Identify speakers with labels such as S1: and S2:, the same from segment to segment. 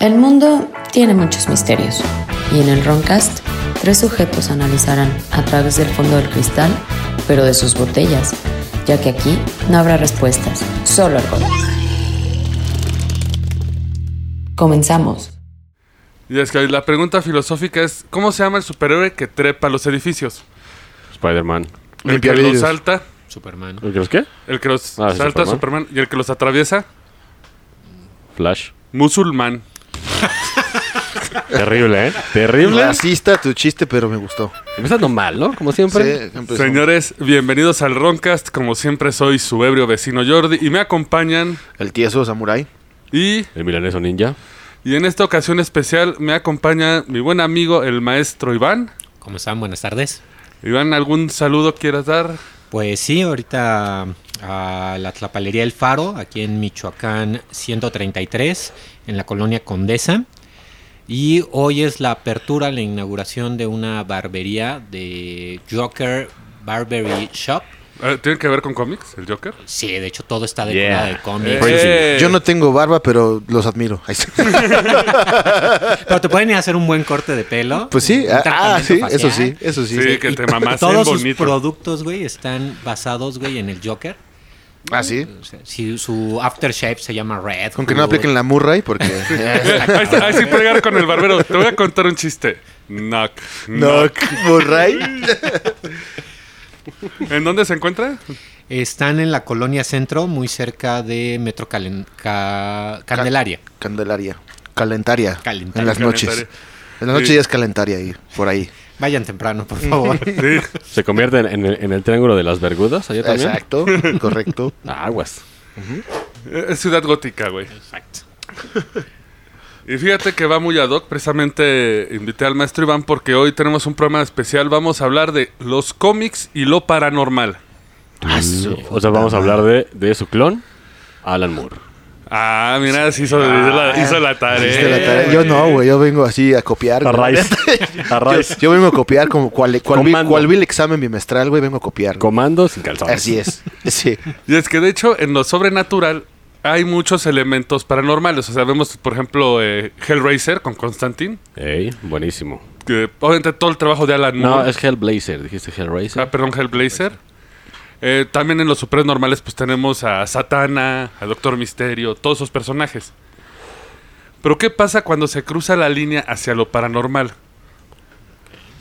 S1: El mundo tiene muchos misterios y en el Roncast tres sujetos analizarán a través del fondo del cristal, pero de sus botellas, ya que aquí no habrá respuestas, solo alcohol. Comenzamos.
S2: Y es que la pregunta filosófica es, ¿cómo se llama el superhéroe que trepa los edificios?
S3: Spider-Man.
S2: El que los
S4: Limpiavidrios.
S2: salta,
S5: Superman.
S3: ¿El que los qué?
S2: el que los
S3: Ah,
S2: salta, Superman.
S3: Superman.
S2: y el que los atraviesa,
S3: Flash.
S2: musulmán.
S3: Terrible, ¿eh? Terrible.
S4: Racista tu chiste, pero me gustó.
S3: Empezando mal, ¿no? Como siempre.
S4: Pues Sí, empezó.
S2: Señores, bienvenidos al Roncast. Como siempre, soy su ebrio vecino Jordi y me acompañan.
S4: El tieso samurái.
S2: Eh. Y,
S3: El milaneso ninja.
S2: y en esta ocasión especial me acompaña mi buen amigo, el maestro Iván.
S5: ¿Cómo están? Buenas tardes.
S2: Iván, ¿algún saludo quieras dar?
S5: Pues sí, ahorita a la Tlapalería El Faro, aquí en Michoacán 133, en la colonia Condesa. Y hoy es la apertura, la inauguración de una barbería de Joker Barbery Shop.
S2: Eh, ¿Tiene que ver con cómics, el Joker?
S5: Sí, de hecho todo está decorado
S3: Yeah.
S5: de cómics.
S3: Crazy.
S2: Eh,
S4: Pues Yo no tengo barba, pero los admiro. Ay, sí.
S5: Pero te pueden ir a hacer un buen corte de pelo.
S4: Pues sí,
S5: un
S4: ah, ah,
S5: tratamiento
S4: sí,
S5: facial.
S4: eso sí, eso sí.
S2: Sí, que
S5: Y
S2: te mamás
S5: Todos sus
S2: bonito.
S5: productos, güey, están basados, güey, en el Joker.
S4: Ah, sí.
S5: O sea, si su aftershave se llama Red.
S4: Con que no
S5: Hood.
S4: apliquen la Murray, porque.
S2: Ahí, sí- ahí sí pegar con el barbero. Te voy a contar un chiste. Knock,
S4: no,
S2: knock.
S4: Murray.
S2: ¿En dónde se encuentra?
S5: Están en la colonia centro, muy cerca de Metro Calen- Ca- Candelaria.
S4: Candelaria. Calentaria.
S5: Calentaria.
S4: En las noches.
S2: Calentaria.
S4: En las noches
S2: Sí.
S4: ya es calentaria ahí, por ahí.
S5: Vayan temprano, por favor.
S2: Sí.
S3: Se convierte en, en el, en el triángulo de las vergudas allá también.
S4: Exacto, correcto.
S3: Ah, Aguas.
S2: Eh, Es ciudad gótica, güey.
S5: Exacto.
S2: Y fíjate que va muy ad hoc. Precisamente invité al maestro Iván porque hoy tenemos un programa especial. Vamos a hablar de los cómics y lo paranormal.
S4: Ah,
S3: Mm. o sea, vamos a hablar de, de su clon, Alan Moore.
S2: Ah, mira, sí hizo, hizo la, hizo la tarea.
S4: Ah, Hiciste la tarea. Yo no, güey. Yo vengo así a copiar.
S3: A
S4: güey.
S3: raíz. A raíz.
S4: Yo, yo vengo a copiar como cual, cual, vi,
S3: Comando.
S4: cual vi el examen bimestral, güey. Vengo a copiar. güey.
S3: Comando sin calzones.
S4: Así es. Sí.
S2: Y es que de hecho en lo sobrenatural hay muchos elementos paranormales. O sea, vemos por ejemplo eh, Hellraiser con Constantine.
S3: Ey, buenísimo.
S2: Que obviamente todo el trabajo de Alan
S3: No,
S2: Moore.
S3: es Hellblazer. Dijiste Hellraiser.
S2: Ah, perdón, Hellblazer. Eh, también en los superhéroes normales pues tenemos a Satana, a Doctor Misterio, todos esos personajes. Pero ¿qué pasa cuando se cruza la línea hacia lo paranormal?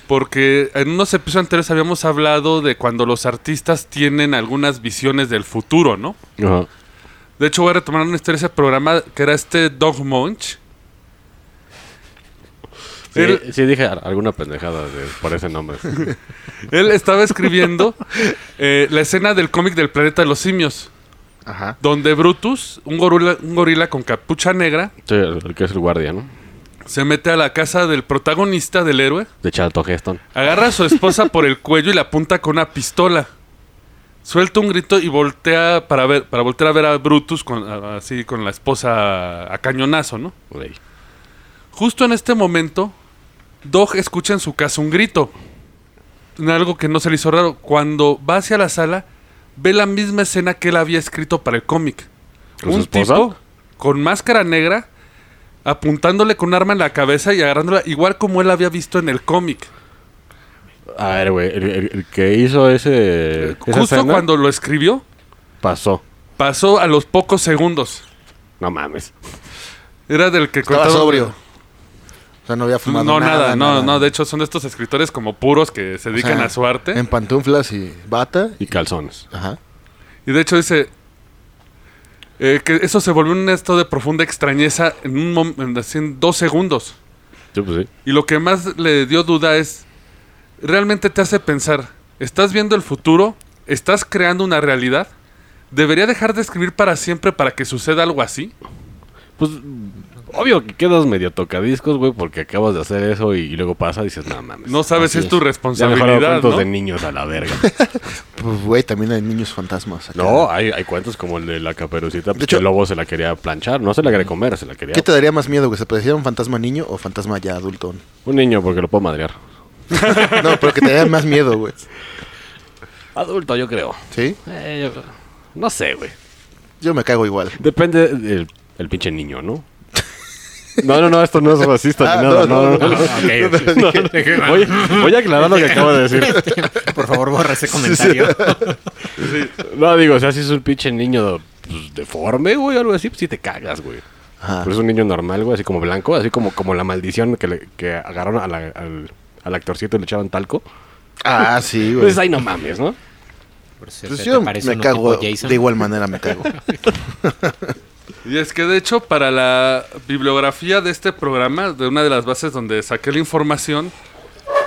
S2: Porque en unos episodios anteriores habíamos hablado de cuando los artistas tienen algunas visiones del futuro, ¿no?
S3: Ajá.
S2: De hecho, voy a retomar una historia de ese programa que era este Dog Munch.
S3: Sí,
S2: Él-
S3: sí, dije ar- alguna pendejada de- por ese nombre.
S2: Él estaba escribiendo eh, la escena del cómic del planeta de los simios.
S4: Ajá.
S2: donde Brutus, un gorila, un gorila con capucha negra,
S3: Sí, el, el que es el guardia, ¿no?
S2: se mete a la casa del protagonista del héroe,
S3: De Charlton Heston.
S2: agarra a su esposa por el cuello y la apunta con una pistola. Suelta un grito y voltea para ver para voltear a ver a Brutus con, a- así con la esposa a, cañonazo, ¿no?
S3: Ey.
S2: Justo en este momento, Dog escucha en su casa un grito. Algo que no se le hizo raro. Cuando va hacia la sala, ve la misma escena que él había escrito para el cómic.
S3: ¿Con su
S2: Un
S3: esposa?
S2: tipo con máscara negra apuntándole con un arma en la cabeza y agarrándola igual como él había visto en el cómic.
S3: A ver, güey, el, el- el que hizo ese. esa
S2: Eh, Justo
S3: escena
S2: cuando lo escribió,
S3: Pasó.
S2: pasó a los pocos segundos.
S3: No mames.
S2: Era del que
S4: Estaba
S2: contaba-
S4: sobrio. O sea, no había fumado
S2: No, nada,
S4: nada,
S2: no, no. De hecho, son de estos escritores como puros que se
S4: O
S2: dedican
S4: sea,
S2: a su arte.
S4: En pantuflas y bata.
S3: Y calzones.
S4: Ajá.
S2: Y de hecho dice eh, que eso se volvió un estado de profunda extrañeza en, un mom- en- así en dos segundos.
S3: Sí, pues sí.
S2: Y lo que más le dio duda es, realmente te hace pensar, ¿estás viendo el futuro? ¿Estás creando una realidad? ¿Debería dejar de escribir para siempre para que suceda algo así?
S3: Pues, obvio que quedas medio tocadiscos, güey, porque acabas de hacer eso y, y luego pasa y dices, no mames.
S2: No sabes si es tu
S3: Ya mejor hago
S2: responsabilidad,
S3: cuentos
S2: ¿no?
S3: de niños a la verga.
S4: Pues, güey, también hay niños fantasmas. acá.
S3: no, ah, hay, hay cuentos como el de la caperucita, pues,
S4: De hecho-
S3: que el lobo se la quería planchar, no se la quería comer, se la quería...
S4: ¿Qué te daría más miedo, que se pareciera un fantasma niño o fantasma ya adulto?
S3: Un niño, porque lo puedo madrear.
S4: No, pero que te daría más miedo, güey.
S3: Adulto, yo creo.
S4: ¿Sí?
S3: Eh, yo- no sé, güey.
S4: Yo me cago igual.
S3: Depende del el pinche niño, ¿no? No, no, no, esto no es racista
S4: Ah,
S3: ni nada. No, no, no.
S5: Ok.
S3: Voy, voy a aclarar lo que acabo de decir.
S5: Por favor, borra ese comentario.
S3: No, digo, o sea, si es un pinche niño pues, deforme, güey, algo así, pues sí te cagas, güey.
S4: Ajá.
S3: Pero es un niño normal, güey, así como blanco, así como, como la maldición que, le, que agarraron a la- al, al actorcito y le echaron talco.
S4: Ah, sí, güey.
S3: Pues ahí no mames, ¿no?
S5: Por cierto,
S4: Pues
S5: ¿te
S4: yo
S5: parece
S4: me
S5: uno
S4: cago,
S5: tipo Jason? Pues,
S4: de igual manera me cago.
S2: Y es que de hecho para la bibliografía de este programa, de una de las bases donde saqué la información,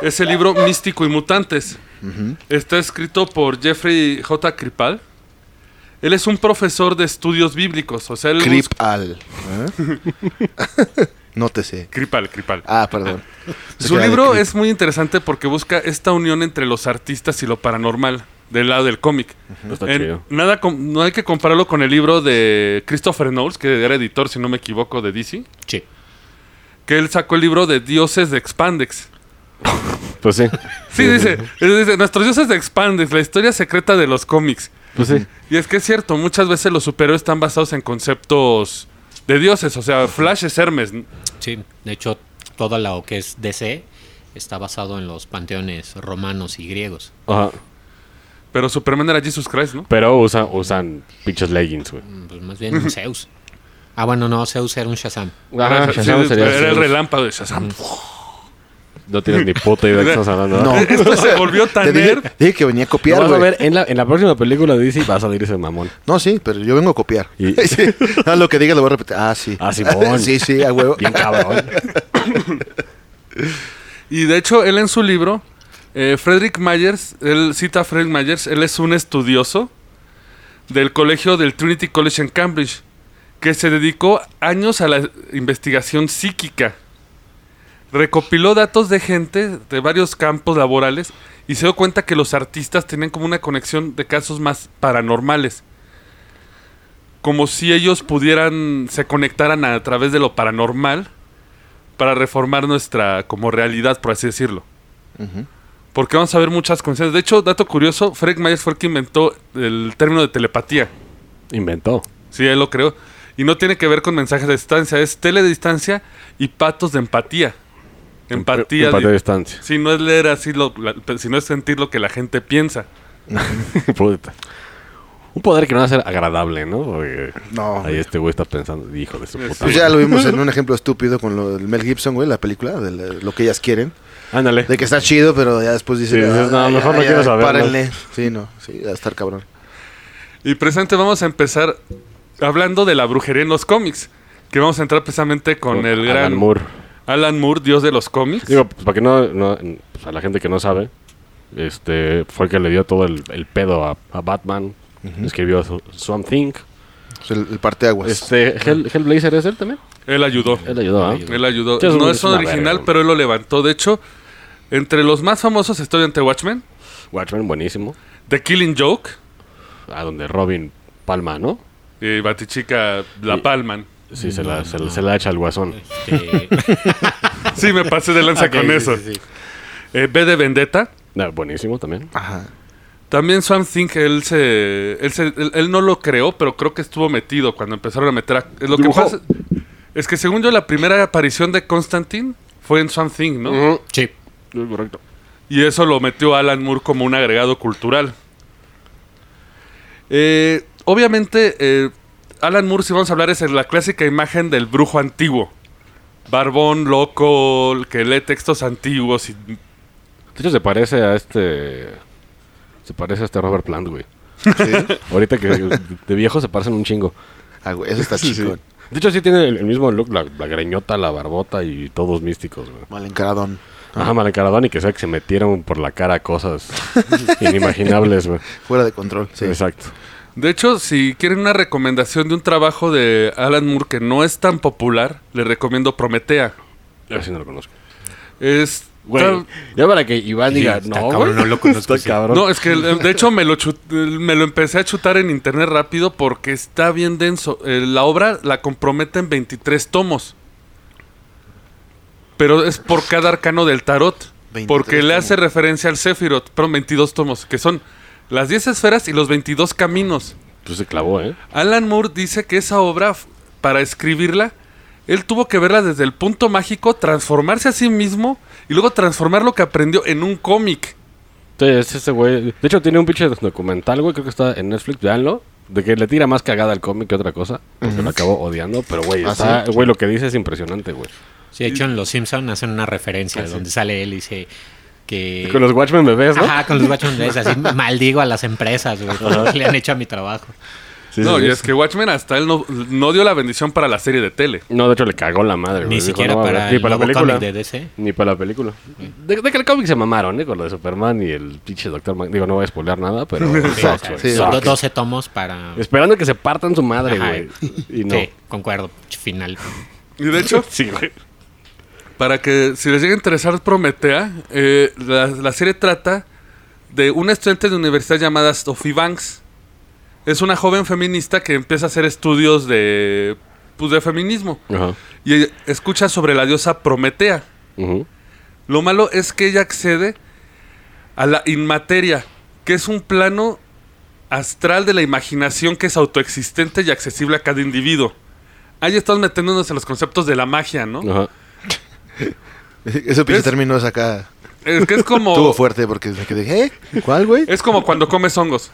S2: es el libro Místico y Mutantes. Está escrito por Jeffrey J. Kripal. Él es un profesor de estudios bíblicos, o sea, él
S4: Crip
S2: busca-
S4: al. ¿eh? Nótese.
S2: Kripal, Kripal.
S4: Ah, perdón.
S2: Su libro es muy interesante porque busca esta unión entre los artistas y lo paranormal del lado del cómic.
S3: Está
S2: En-
S3: chido.
S2: Nada, com- no hay que compararlo con el libro de Christopher Knowles, que era editor, si no me equivoco, de DC.
S5: Sí.
S2: que él sacó el libro de dioses de Expandex.
S3: Pues sí.
S2: Sí, dice, él dice, nuestros dioses de Expandex, la historia secreta de los cómics.
S3: Pues sí.
S2: Y es que es cierto, muchas veces los superhéroes están basados en conceptos de dioses, o sea, Flash es Hermes.
S5: Sí, de hecho, todo lo que es DC está basado en los panteones romanos y griegos.
S3: Ajá.
S2: Pero Superman era Jesus Christ, ¿no?
S3: Pero usan, usan pinches leggings, güey.
S5: Mm, Pues más bien un Zeus. Ah, bueno, no, Zeus era un Shazam.
S2: Era- sí,
S3: Shazam sería
S2: era el
S3: Zeus.
S2: relámpago de Shazam.
S3: No tienes ni puta idea de qué estás hablando.
S4: No.
S2: Esto se volvió
S4: Te
S2: tan
S4: dije,
S2: nerd.
S4: dije que venía a
S3: Lo
S4: copiar,
S3: vas a
S4: güey.
S3: ver en la, en la próxima película de DC va a salir ese mamón.
S4: No, sí, pero yo vengo a copiar.
S3: Y-
S4: Sí. Ah, lo que diga lo voy a repetir. Ah, sí.
S3: Ah, Simón.
S4: sí, sí, a huevo.
S3: Bien cabrón.
S2: Y de hecho, él en su libro, eh, Frederick Myers, él cita a Frederick Myers, él es un estudioso del colegio del Trinity College en Cambridge, que se dedicó años a la investigación psíquica. Recopiló datos de gente de varios campos laborales y se dio cuenta que los artistas tenían como una conexión de casos más paranormales. Como si ellos pudieran, se conectaran a través de lo paranormal para reformar nuestra como realidad, por así decirlo.
S4: Ujú.
S2: Porque vamos a ver muchas coincidencias. De hecho, dato curioso, Frank Myers fue el que inventó el término de telepatía.
S3: Inventó.
S2: Sí, él lo creó. Y no tiene que ver con mensajes de distancia, es teledistancia y patos de empatía. Empatía.
S3: Empatía a
S2: di-
S3: distancia.
S2: si no es leer así, lo, la- si no es sentir lo que la gente piensa.
S3: Puta. Un poder que no va a ser agradable, ¿no? Porque
S4: No.
S3: ahí este güey está pensando, hijo de su puta.
S4: Pues ya lo vimos en un ejemplo estúpido con lo, del Mel Gibson, güey, la película, de la- lo que ellas quieren.
S3: Ándale.
S4: De que está chido, pero ya después dice.
S3: Sí, dices, no, mejor no quiero saberlo.
S4: Párenle. Sí, no, sí, va a estar cabrón.
S2: Y presente vamos a empezar hablando de la brujería en los cómics. Que vamos a entrar precisamente con, el
S3: Alan
S2: gran
S3: Moore.
S2: Alan Moore, dios de los cómics.
S3: Digo, pues, para que no, no- pues, a la gente que no sabe, este fue el que le dio todo el, el pedo a, a Batman. Escribió su- Swamp Thing.
S4: O sea, el, el parteaguas.
S3: Este, Hell- Hellblazer es él también.
S2: Él ayudó.
S4: Eh,
S3: Él ayudó, ¿ah?
S2: Él ayudó.
S3: Sí, es un-
S2: no
S3: es
S2: es
S3: una
S2: original,
S3: verga.
S2: pero él lo levantó. De hecho, entre los más famosos estoy ante Watchmen,
S3: Watchmen, buenísimo.
S2: The Killing Joke
S3: A donde Robin palma, ¿no?
S2: y eh, Batichica La
S3: Y-
S2: Palman.
S3: Sí, se, la, se, la- se la echa al guasón.
S5: Este,
S2: Sí, me pasé de lanza
S5: ok,
S2: con
S5: sí,
S2: eso.
S5: sí, sí.
S2: Eh, B de Vendetta.
S3: Ah, buenísimo también.
S4: Ajá.
S2: También Swamp Thing, él, se, él, se- él- él no lo creó, pero creo que estuvo metido cuando empezaron a meter... a- lo que
S3: Dibujó.
S2: pasa es que según yo la primera aparición de Constantine fue en Swamp Thing, ¿no?
S5: Sí.
S3: Es correcto.
S2: Y eso lo metió Alan Moore como un agregado cultural. Eh, obviamente, eh, Alan Moore, si vamos a hablar, es la clásica imagen del brujo antiguo. Barbón, loco, que lee textos antiguos. Y...
S3: De hecho, se parece a este. Se parece a este Robert Plant, güey. Ahorita que de viejo se parecen un chingo.
S4: Ah, güey, eso está chingón.
S3: De hecho, sí tiene el, el mismo look, la, la greñota, la barbota y todos místicos, güey.
S4: Mal encaradón.
S5: Ah.
S3: Ajá, malacaradón y que sea que se metieron por la cara cosas inimaginables, güey.
S4: Fuera de control. Sí.
S3: Exacto.
S2: De hecho, si quieren una recomendación de un trabajo de Alan Moore que no es tan popular, les recomiendo Prometea.
S3: Yo sí no lo conozco.
S2: Es.
S3: Güey, ya para que Iván
S5: Sí,
S3: diga,
S5: está
S3: no,
S5: cabrón,
S3: güey.
S5: no lo conozco,
S3: Está
S5: sí.
S3: cabrón.
S2: No, es que eh, de hecho me lo, chu- eh, me lo empecé a chutar en internet rápido porque está bien denso. Eh, la obra la compromete en 23 tomos. Pero es por cada arcano del tarot.
S4: 23
S2: Porque le
S4: tomos.
S2: hace referencia al Sephiroth, pero 22 tomos, que son Las 10 esferas y los 22 caminos.
S3: Pues se clavó, ¿eh?
S2: Alan Moore dice que esa obra, f- para escribirla, él tuvo que verla desde el punto mágico, transformarse a sí mismo y luego transformar lo que aprendió en un cómic.
S3: Sí, es ese güey. De hecho, tiene un pinche documental, güey. Creo que está en Netflix, véanlo. De que le tira más cagada al cómic que otra cosa. Porque lo acabo odiando. Pero, güey,
S4: ¿Ah,
S3: está- güey, lo que dice es impresionante, güey.
S5: Sí, de hecho, en Los Simpson hacen una referencia
S3: Ah, sí.
S5: donde sale él y dice que...
S3: Con los Watchmen bebés, ¿no?
S5: Ajá, con los Watchmen es así, maldigo a las empresas, güey, por lo que le han hecho a mi trabajo.
S3: Sí,
S2: no,
S3: sí,
S2: y
S3: sí.
S2: es que Watchmen hasta él no, no dio la bendición para la serie de tele.
S3: No, de hecho, le cagó la madre, güey.
S5: Ni
S3: Dijo,
S5: siquiera
S3: no, va a
S5: para
S3: haber- ni
S5: el
S3: para la
S5: nuevo
S3: película.
S5: cómic de DC.
S3: Ni para la película. De, de que el cómic se mamaron, ¿eh? Con lo de Superman y el pinche Doctor Mag- Digo, no voy a spoiler nada, pero.
S5: Sí, o
S3: sucks,
S5: sea,
S3: güey,
S4: sí,
S5: son
S3: sucks.
S5: do- 12 tomos para...
S3: Esperando que se partan su madre,
S5: Ajá.
S3: güey. Y no.
S5: Sí, concuerdo, final.
S2: Y de hecho,
S3: Sí, güey.
S2: Para que si les llega a interesar Prometea, eh, la, la serie trata de una estudiante de universidad llamada Sophie Banks. Es una joven feminista que empieza a hacer estudios de, pues, de feminismo
S3: Ajá.
S2: y ella escucha sobre la diosa Prometea.
S3: Ujú.
S2: Lo malo es que ella accede a la inmateria, que es un plano astral de la imaginación que es autoexistente y accesible a cada individuo. Ahí estamos metiéndonos en los conceptos de la magia, ¿no?
S3: Ajá.
S4: Ese pinche
S2: Es-
S4: término es acá.
S2: Es que es
S3: Oh.
S2: como...
S4: Estuvo fuerte porque me quedé, ¿eh? ¿Cuál, güey?
S2: Es como cuando comes hongos.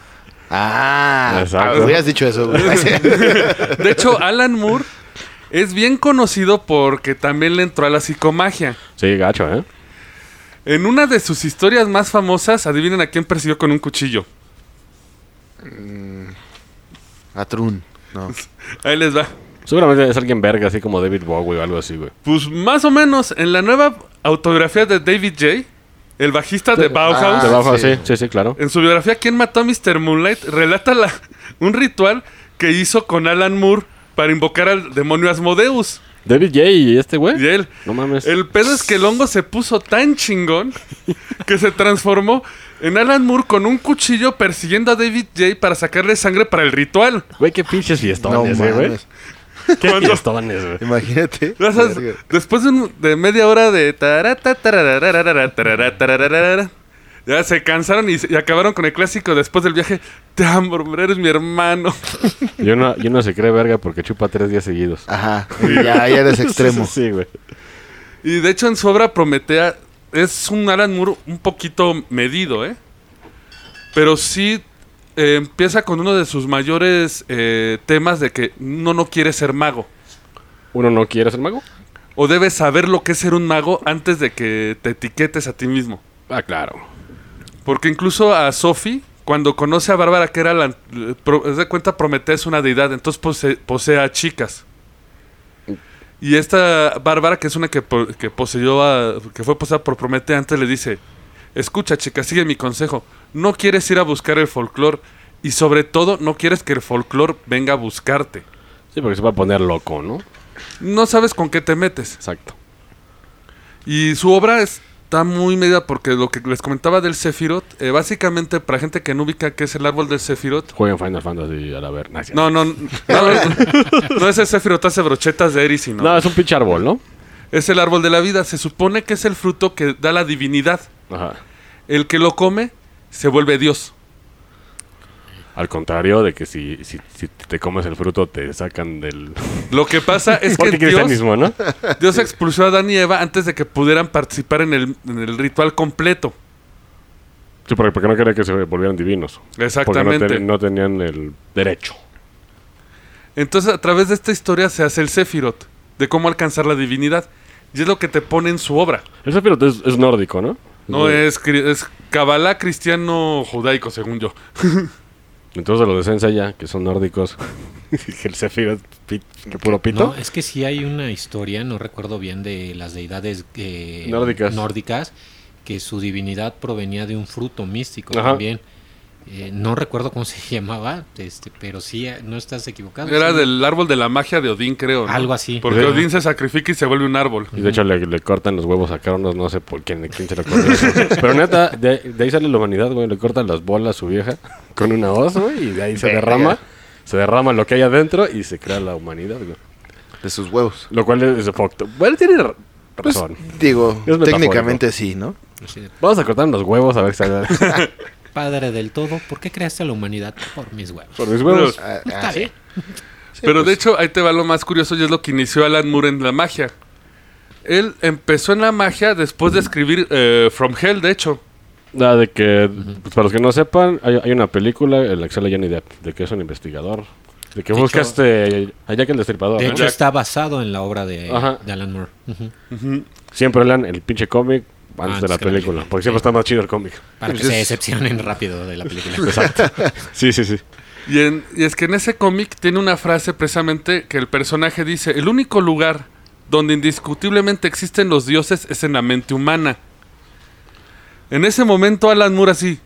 S4: Ah,
S3: Exacto.
S4: me hubieras dicho eso, güey.
S2: De hecho, Alan Moore es bien conocido porque también le entró a la psicomagia.
S3: Sí, gacho, ¿eh?
S2: En una de sus historias más famosas, adivinen a quién persiguió con un cuchillo.
S4: Atrun. No.
S2: Ahí les va.
S3: Seguramente es alguien verga, así como David Bowie o algo así, güey.
S2: Pues más o menos, en la nueva autobiografía de David J., el bajista de Bauhaus,
S4: Ah,
S3: De Baja,
S4: sí.
S3: sí, sí, sí, claro.
S2: en su biografía ¿Quién mató a Mr. Moonlight? relata la- un ritual que hizo con Alan Moore para invocar al demonio Asmodeus.
S3: David J. y este güey.
S2: Y él,
S3: No mames.
S2: El pedo es que el hongo se puso tan chingón que se transformó en Alan Moore con un cuchillo persiguiendo a David J para sacarle sangre para el ritual.
S3: Güey, qué pinches
S4: No
S3: fiestones, eh, güey.
S4: mames.
S3: Qué
S2: ¿Cuándo?
S3: fiestones, güey.
S4: Imagínate.
S2: Ya sabes,
S4: Verga.
S2: después de, un- de media hora de tarata, tararararara, tarara, tarararara, ya se cansaron y, se- y acabaron con el clásico después del viaje. Te amo, hombre, eres mi hermano.
S3: Yo no, yo no se cree verga porque chupa tres días seguidos.
S4: Ajá. Ya, ya eres Ah, extremo.
S3: sí, güey.
S2: Y de hecho en su obra Prometea es un Alan Moore un poquito medido, ¿eh? Pero sí eh, empieza con uno de sus mayores eh, temas de que uno no quiere ser mago.
S3: ¿Uno no quiere ser mago?
S2: O debes saber lo que es ser un mago antes de que te etiquetes a ti mismo.
S3: Ah, claro.
S2: Porque incluso a Sophie, cuando conoce a Bárbara, que era la... eh, pro- haz de cuenta, Prometea es una deidad, entonces pose- posee a chicas. Y esta Bárbara, que es una que, po- que poseyó a... que fue poseída por Prometea, antes le dice, escucha chica, sigue mi consejo, no quieres ir a buscar el folclore y sobre todo no quieres que el folclore venga a buscarte.
S3: Sí, porque se va a poner loco, ¿no?
S2: No sabes con qué te metes.
S3: Exacto.
S2: Y su obra está muy media porque lo que les comentaba del Sephiroth, eh, básicamente para gente que no ubica qué es el árbol del Sephiroth,
S3: Jueguen Final Fantasy a la ver. No, es cierto.
S2: No, no, no, no, no es el Sephiroth hace brochetas de Eris, sino
S3: No, es un pinche árbol, ¿no?
S2: es el árbol de la vida. Se supone que es el fruto que da la divinidad.
S3: Ajá.
S2: El que lo come se vuelve Dios.
S3: Al contrario de que si, si, si te comes el fruto te sacan del...
S2: Lo que pasa es que Dios,
S3: cristianismo, ¿no?
S2: Dios expulsó a Adán y Eva antes de que pudieran participar en el, en el ritual completo.
S3: Sí, porque, porque no quería que se volvieran divinos. Porque no,
S2: Exactamente.
S3: ten- no tenían el derecho.
S2: Entonces, a través de esta historia se hace el Sephiroth, de cómo alcanzar la divinidad. Y es lo que te pone en su obra.
S3: El Sephiroth es, es nórdico, ¿no?
S2: No es, cri- es cabalá cristiano judaico, según yo.
S3: Entonces los de Sensei que son nórdicos. el Sephiroth, pi- que puro pito.
S5: No, es que sí hay una historia, no recuerdo bien, de las deidades eh,
S3: Nórdicas.
S5: nórdicas, que su divinidad provenía de un fruto místico
S3: Ajá.
S5: también. Eh, no recuerdo cómo se llamaba, este, pero sí, eh, no estás equivocado.
S2: Era
S5: sí.
S2: del árbol de la magia de Odín, creo. ¿no?
S5: Algo así.
S2: Porque
S3: Ajá.
S2: Odín se sacrifica y se vuelve un árbol.
S3: Y de hecho le, le cortan los huevos a Cronos, no sé por quién, quién se lo cortó. Pero neta, de, de ahí sale la humanidad, güey. Le cortan las bolas a su vieja con una hoz, güey, y de ahí se
S4: Verga.
S3: derrama. Se derrama lo que hay adentro y se crea la humanidad, güey.
S4: De sus huevos. Pues,
S3: Lo cual es de facto. Bueno, tiene ra- razón.
S4: Digo,
S3: metafórico.
S4: técnicamente sí, ¿no?
S5: Así de-
S3: Vamos a cortar los huevos a ver si sale.
S5: padre del todo. ¿Por qué creaste a la humanidad? Por mis huevos.
S3: Por mis huevos.
S4: Ah,
S5: Está
S4: ah, sí.
S5: bien.
S2: Pero de hecho, ahí te va lo más curioso y es lo que inició Alan Moore en la magia. Él empezó en la magia después de escribir eh, From Hell, de hecho.
S3: Ah, de que, pues, para los que no sepan, hay, hay una película en la que sale Johnny Depp, de que es un investigador. De que
S5: De
S3: buscaste a Jack el Destripador.
S5: De
S3: ¿no?
S5: hecho, está basado en la obra de,
S3: Ajá.
S5: de Alan Moore. Ujú.
S3: Siempre hablan el pinche cómic antes
S5: Antes
S3: de la
S5: que la
S3: película. Porque siempre está más chido el cómic.
S5: Para que
S4: Pues
S5: se
S4: es-
S5: decepcionen rápido de la película.
S3: Sí, sí, sí.
S2: Y, en- y es que en ese cómic tiene una frase precisamente que el personaje dice, el único lugar donde indiscutiblemente existen los dioses es en la mente humana. En ese momento Alan Moore así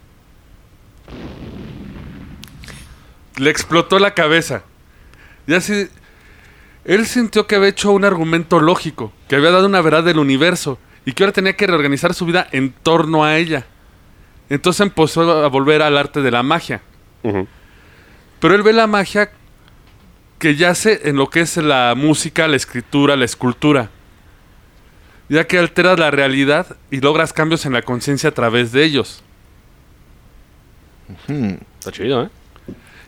S2: le explotó la cabeza. Y así él sintió que había hecho un argumento lógico, que había dado una verdad del universo y que ahora tenía que reorganizar su vida en torno a ella. Entonces empezó a volver al arte de la magia.
S3: Ujú.
S2: Pero él ve la magia que yace en lo que es la música, la escritura, la escultura. Ya que alteras la realidad y logras cambios en la conciencia a través de ellos.
S4: Hmm.
S3: Está chido, ¿eh?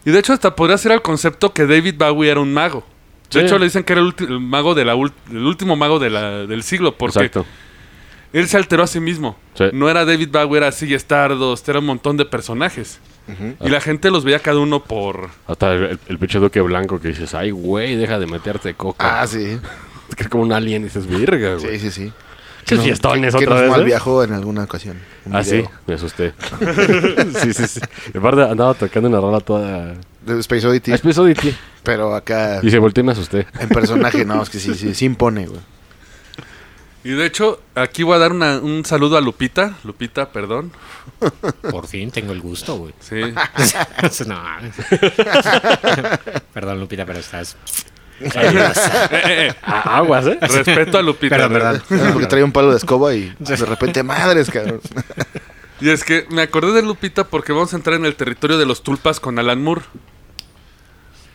S2: Y de hecho hasta podría ser el concepto que David Bowie era un mago. De
S3: Sí.
S2: hecho le dicen que era el, ulti- el mago de la ul- el último mago de la- del siglo porque
S3: Exacto.
S2: él se alteró a sí mismo.
S3: Sí.
S2: No era David Bowie, era así Stardos, era un montón de personajes. Y la gente los veía cada uno por...
S3: Hasta el, el- el pinche duque blanco que dices, ay, güey, deja de meterte coca.
S4: Ah, sí.
S3: Que es como un alien y dices, virga,
S4: Sí,
S3: güey.
S4: sí, sí.
S3: Qué fiestones
S4: que
S3: otra
S4: nos
S3: vez,
S4: mal
S3: ¿eh?
S4: viajó en alguna ocasión. Un
S3: Ah, sí,
S4: video
S3: me asusté. sí, sí, sí. Y aparte andaba tocando una rola toda...
S4: De Space Oddity,
S3: Ah, Space Oddity.
S4: pero acá
S3: Y se volteó y me asusté.
S4: en personaje, no, es que sí, sí, sí impone, güey.
S2: Y de hecho aquí voy a dar una- un saludo a Lupita. Lupita, perdón.
S5: Por fin tengo el gusto, güey.
S2: Sí.
S5: No. Perdón, Lupita, pero estás.
S2: Eh,
S3: Ah, Aguas, ¿eh?
S2: Respeto a Lupita.
S5: Perdón, perdón.
S4: Ah, Porque trae un palo de escoba y de repente, madres, cabrón.
S2: Y es que me acordé de Lupita porque vamos a entrar en el territorio de los tulpas con Alan Moore.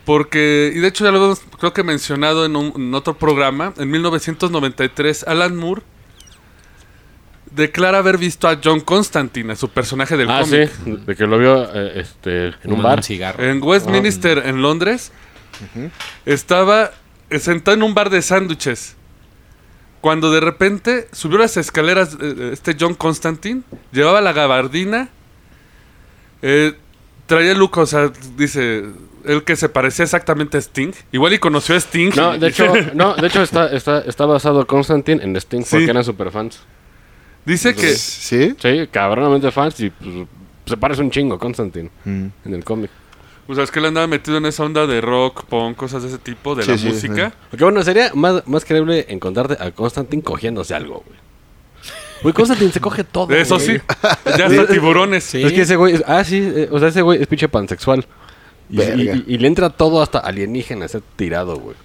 S2: Porque, y de hecho ya lo hemos creo que mencionado en, un- en otro programa, en 1993 Alan Moore declara haber visto a John Constantine, a su personaje del
S3: Ah, sí.
S2: cómic,
S3: De que lo vio eh, este, en un
S5: fumando
S3: bar. Eh.
S5: Un cigarro.
S2: en Westminster, en Londres. Estaba eh, sentado en un bar de sándwiches. Cuando de repente subió las escaleras eh, este John Constantine, llevaba la gabardina, eh, traía el look, o sea, dice, el que se parecía exactamente a Sting. Igual y conoció a Sting.
S3: No, de hecho, no, de hecho está, está, está basado Constantine en Sting
S2: Sí.
S3: porque eran super fans.
S2: dice que
S3: pues,
S4: ¿Sí?
S3: Sí, cabronamente fans y pues, se parece un chingo Constantine
S4: Mm.
S3: en el cómic.
S2: o sea, es que él andaba metido en esa onda de rock, punk, cosas de ese tipo, de
S4: Sí,
S2: la
S4: sí,
S2: música.
S3: Porque bueno, sería más, más creíble encontrarte a Constantine cogiéndose algo, güey. Güey, Constantine se coge todo.
S2: De Eso
S3: güey.
S2: sí, ya hasta tiburones.
S5: Sí.
S3: Es que ese güey, es- ah, sí, eh, o sea, ese güey es pinche pansexual. Y,
S4: Verga.
S3: y- y- y le entra todo hasta alienígena, ser tirado, güey.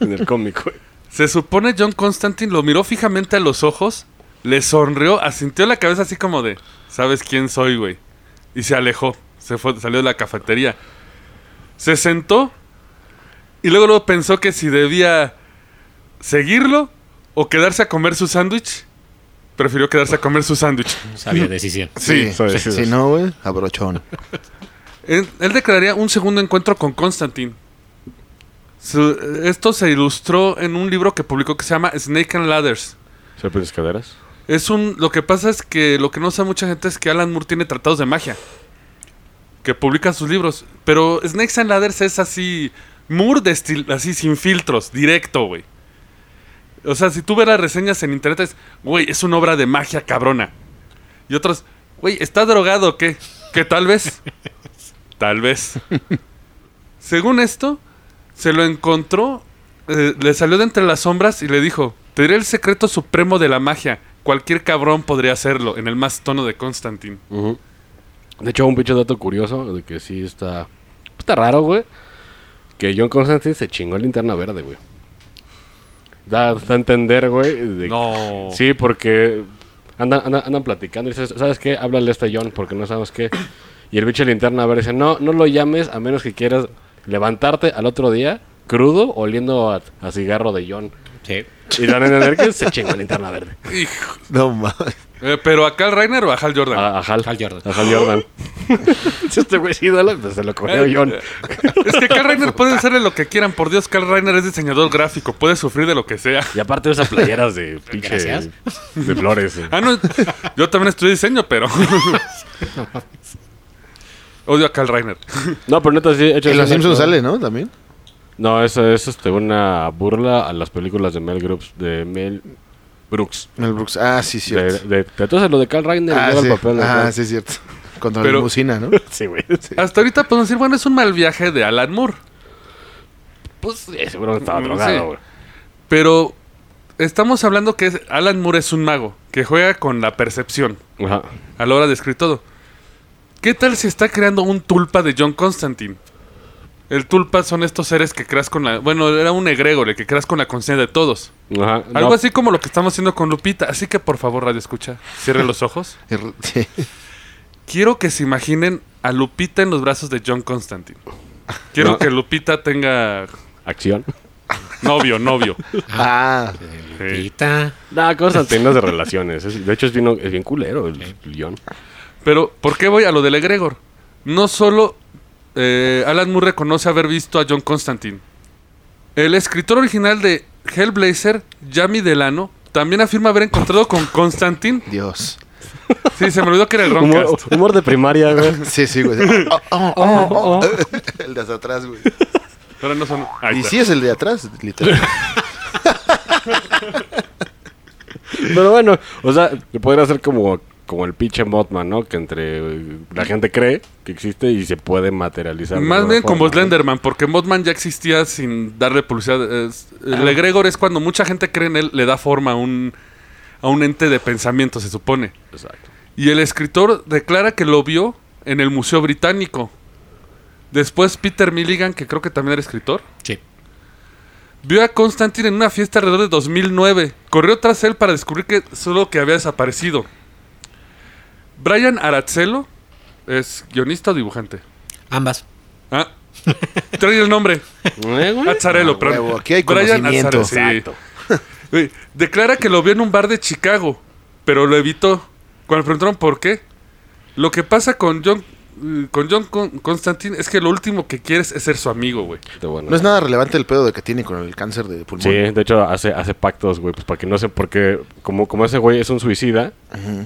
S3: en el cómic, güey.
S2: Se supone John Constantine lo miró fijamente a los ojos, le sonrió, asintió la cabeza así como de, ¿sabes quién soy, güey? Y se alejó, se fue, salió de la cafetería. Se sentó y luego, luego pensó que si debía seguirlo o quedarse a comer su sándwich. Prefirió quedarse a comer su sándwich.
S5: Sabia decisión.
S4: Sí,
S3: soy-
S4: sí,
S3: sí,
S4: si
S3: sí.
S4: no, güey, abrochón.
S2: Él, él declararía un segundo encuentro con Constantine. Su- esto se ilustró en un libro que publicó que se llama Snake and Ladders.
S3: ¿Serpientes caderas?
S2: Es un. Lo que pasa es que lo que no sabe mucha gente es que Alan Moore tiene tratados de magia. Que publica sus libros. Pero Snakes and Ladders es así. Moore de estil- así sin filtros, directo, güey. O sea, si tú ves las reseñas en internet es, güey, es una obra de magia cabrona. Y otros, güey, ¿está drogado o qué? Que tal vez. tal vez. Según esto, se lo encontró, eh, le salió de entre las sombras y le dijo, te diré el secreto supremo de la magia. Cualquier cabrón podría hacerlo, en el más tono de Constantine.
S3: Ujú. De hecho, un pinche dato curioso de que sí está. Está raro, güey. Que John Constantine se chingó linterna verde, güey. Da, da a entender, güey. de-
S2: No.
S3: Sí, porque andan, andan, andan platicando y dices, ¿sabes qué? Háblale a este John porque no sabes qué. Y el pinche linterna verde dice, no, no lo llames a menos que quieras levantarte al otro día crudo oliendo a, a cigarro de John.
S5: Sí.
S3: Y dan a entender que se chingó linterna verde.
S2: Hijo,
S4: No mames.
S2: Eh, pero acá al Reiner o a Hal Jordan.
S3: A, a Hal.
S5: Hal Jordan.
S3: A Hal Jordan. si este güey es ídolo, pues se lo cogió John.
S2: Eh, Es que Carl Reiner puede hacerle lo que quieran. Por Dios, Carl Reiner es diseñador gráfico. Puede sufrir de lo que sea.
S3: Y aparte usa playeras de pinche...
S5: Gracias.
S3: De flores. eh.
S2: Ah, no. Yo también estudié diseño, pero. Odio a Carl Reiner.
S3: No, pero neta, sí. he hecho ese
S4: En los Simpsons
S3: nexo.
S4: sale, ¿no? También.
S3: No, eso es este, una burla a las películas de Mel Brooks. De Mel Brooks.
S4: Mel Brooks. Ah, sí,
S3: De,
S4: cierto.
S3: de- de- entonces lo de Carl Reiner
S4: Ah,
S3: lleva
S4: sí.
S3: el papel. de
S4: Ah,
S3: Carl-
S4: sí, es cierto. Contra
S2: Pero-
S4: la limusina, ¿no?
S3: Sí, güey.
S2: Hasta ahorita podemos decir, bueno, es un mal viaje de Alan Moore.
S3: Pues sí, seguro estaba
S2: Mm, sí.
S3: drogado, güey.
S2: Pero estamos hablando que es- Alan Moore es un mago que juega con la percepción
S3: Ajá.
S2: a la hora de escribir todo. ¿Qué tal si está creando un tulpa de John Constantine? El tulpa son estos seres que creas con la... Bueno, era un egregore que creas con la conciencia de todos.
S3: Ajá.
S2: Algo
S3: No,
S2: así como lo que estamos haciendo con Lupita. Así que por favor, Radio Escucha, cierre los ojos.
S4: Er- sí.
S2: Quiero que se imaginen a Lupita en los brazos de John Constantine. Quiero
S3: No.
S2: que Lupita tenga
S3: Acción.
S2: novio, novio.
S4: Ah,
S2: Sí.
S5: Lupita.
S3: No, Constantine no es de relaciones. es- de hecho, es bien, es bien culero el el guión.
S2: Pero, ¿por qué voy a lo del egregor? No solo eh, Alan Moore reconoce haber visto a John Constantine. El escritor original de Hellblazer, Jamie Delano, también afirma haber encontrado con Constantine.
S4: Dios.
S2: Sí, se me olvidó que era el
S3: Humor,
S2: Roncast.
S3: humor de primaria, güey.
S4: Sí, sí, güey. Oh, oh, oh, oh. El de hasta atrás, güey.
S2: Pero no son. Ahí
S4: Y
S2: está.
S4: sí es el de atrás, literal.
S3: Pero bueno, o sea, podría ser como, como el pinche Mothman, ¿no? Que entre eh, la gente cree que existe y se puede materializar. de
S2: Más
S3: alguna
S2: bien como
S3: forma, ¿no?
S2: Slenderman, porque Mothman ya existía sin darle publicidad. Es- El egregor es cuando mucha gente cree en él, le da forma a un, a un ente de pensamiento, se supone.
S3: Exacto.
S2: Y el escritor declara que lo vio en el Museo Británico. Después Peter Milligan, que creo que también era escritor,
S5: Sí.
S2: vio a Constantine en una fiesta alrededor de 2009. Corrió tras él para descubrir que solo que había desaparecido. Brian Arazzelo es guionista o dibujante.
S5: Ambas.
S2: Ah, trae el nombre.
S3: Eh, güey.
S2: Azzarello, perdón.
S4: huevo, aquí hay
S2: Brian
S4: conocimiento.
S2: Azzarello, sí. Güey, Declara que lo vio en un bar de Chicago, pero lo evitó. Cuando le preguntaron por qué, lo que pasa con John eh, con John Con- Constantine es que lo último que quieres es ser su amigo, güey.
S3: Está bueno.
S4: No es nada relevante el pedo de que tiene con el cáncer de pulmón.
S3: Sí, de hecho hace, hace pactos, güey, pues para que no sé, porque como, como ese güey es un suicida,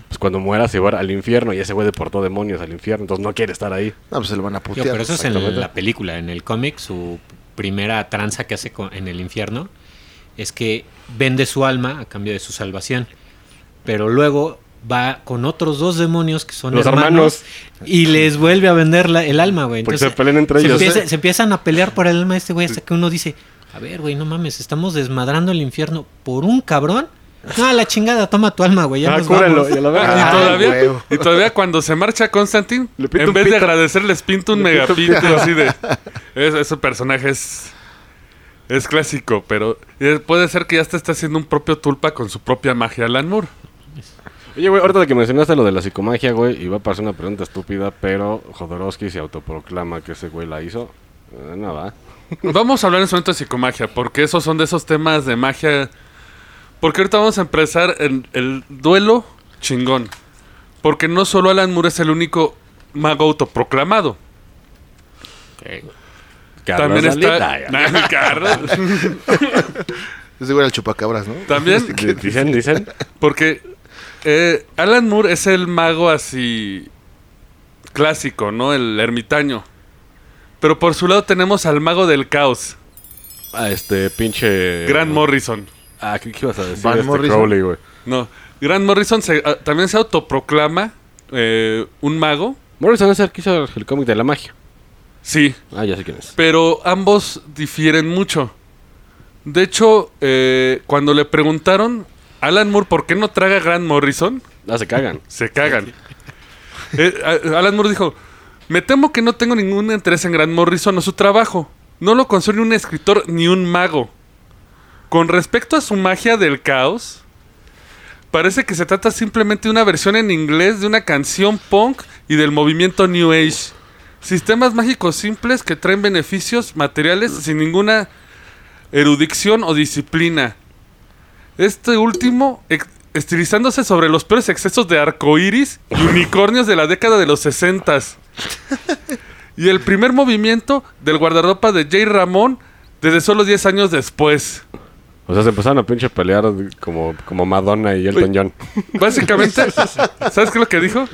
S3: pues cuando muera se va al infierno y ese güey deportó demonios al infierno, entonces no quiere estar ahí.
S4: No, pues se lo van a
S5: Yo,
S4: putear.
S5: pero eso es en la
S3: exactamente.
S5: película, en el cómic, su primera tranza que hace con- en el infierno es que vende su alma a cambio de su salvación. Pero luego va con otros dos demonios que son
S3: Los
S5: hermanos, y les vuelve a vender la- el alma, güey.
S3: Porque se pelean entre ellos,
S5: empieza-
S3: ¿eh?
S5: se empiezan a pelear por el alma de este güey hasta que uno dice, a ver, güey, no mames, estamos desmadrando el infierno por un cabrón. No, a la chingada, toma tu alma, güey. Ya
S3: ah,
S5: nos
S3: cúrenlo,
S5: vamos".
S3: y a la verga.
S2: Y
S4: Ah,
S2: todavía,
S4: huevo.
S2: y todavía cuando se marcha Constantine,
S3: Le pinta
S2: en
S3: un
S2: vez de
S3: pito.
S2: agradecer, les pinta un megapinto así de. Es, ese personaje es. Es clásico, pero eh, puede ser que ya te está haciendo un propio tulpa con su propia magia, Alan Moore.
S3: Oye, güey, ahorita que mencionaste lo de la psicomagia, güey, iba a parecer una pregunta estúpida, pero Jodorowsky se autoproclama que ese güey la hizo. Eh, no va.
S2: Vamos a hablar en su momento de psicomagia, porque esos son de esos temas de magia. Porque ahorita vamos a empezar en el duelo chingón. Porque no solo Alan Moore es el único mago autoproclamado. También
S3: Carlos
S2: está.
S3: Salinas.
S2: Nah, mi Carlos.
S4: Es igual al chupacabras, ¿no?
S2: También,
S3: Dicen, dicen.
S2: porque eh, Alan Moore es el mago así clásico, ¿no? El ermitaño. Pero por su lado tenemos al mago del caos,
S3: A este pinche.
S2: Grant Morrison.
S3: Ah, ¿qué, qué ibas a decir?
S4: Van
S3: este
S4: Morrison.
S3: Crowley, güey.
S2: No, Grant Morrison se- ah, también se autoproclama eh, un mago.
S3: Morrison es el que hizo el cómic de la magia.
S2: Sí,
S3: Ah, ya sé quién es.
S2: pero ambos difieren mucho. De hecho, eh, cuando le preguntaron Alan Moore por qué no traga Grant Morrison,
S3: Ah, se cagan.
S2: se cagan. Eh, a- Alan Moore dijo, me temo que no tengo ningún interés en Grant Morrison o su trabajo. No lo concierne un escritor ni un mago. Con respecto a su magia del caos, parece que se trata simplemente de una versión en inglés de una canción punk y del movimiento New Age. Sistemas mágicos simples que traen beneficios materiales sin ninguna erudición o disciplina. Este último ex- estilizándose sobre los peores excesos de arcoíris y unicornios de la década de los 60 Y el primer movimiento del guardarropa de Jay Ramón desde solo 10 años después.
S3: O sea, se empezaron a pinche pelear como, como Madonna y Elton John.
S2: Básicamente, ¿sabes qué es lo que dijo?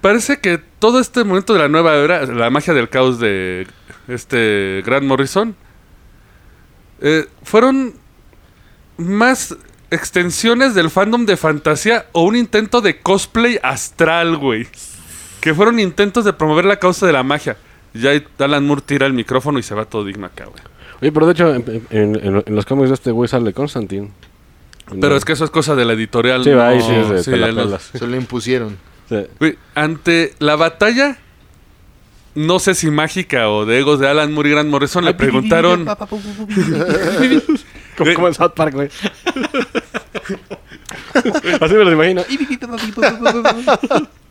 S2: Parece que todo este momento de la nueva era, la magia del caos de este Grant Morrison, eh, fueron más extensiones del fandom de fantasía o un intento de cosplay astral, güey. Que fueron intentos de promover la causa de la magia. Ya Alan Moore tira el micrófono y se va todo digno acá, güey.
S3: Oye, pero de hecho, en, en- en- en los cómics de este güey sale Constantine.
S2: Pero es que eso es cosa de la editorial.
S3: Sí, va, ahí
S2: no-
S3: sí es de- te la
S2: él no-
S3: pelas.
S4: Se lo impusieron.
S3: Sí.
S2: Güey, ante la batalla, no sé si mágica o de egos de Alan Moore y Grant Morrison, le preguntaron.
S3: Como, como en South Park, güey. Así me los imagino.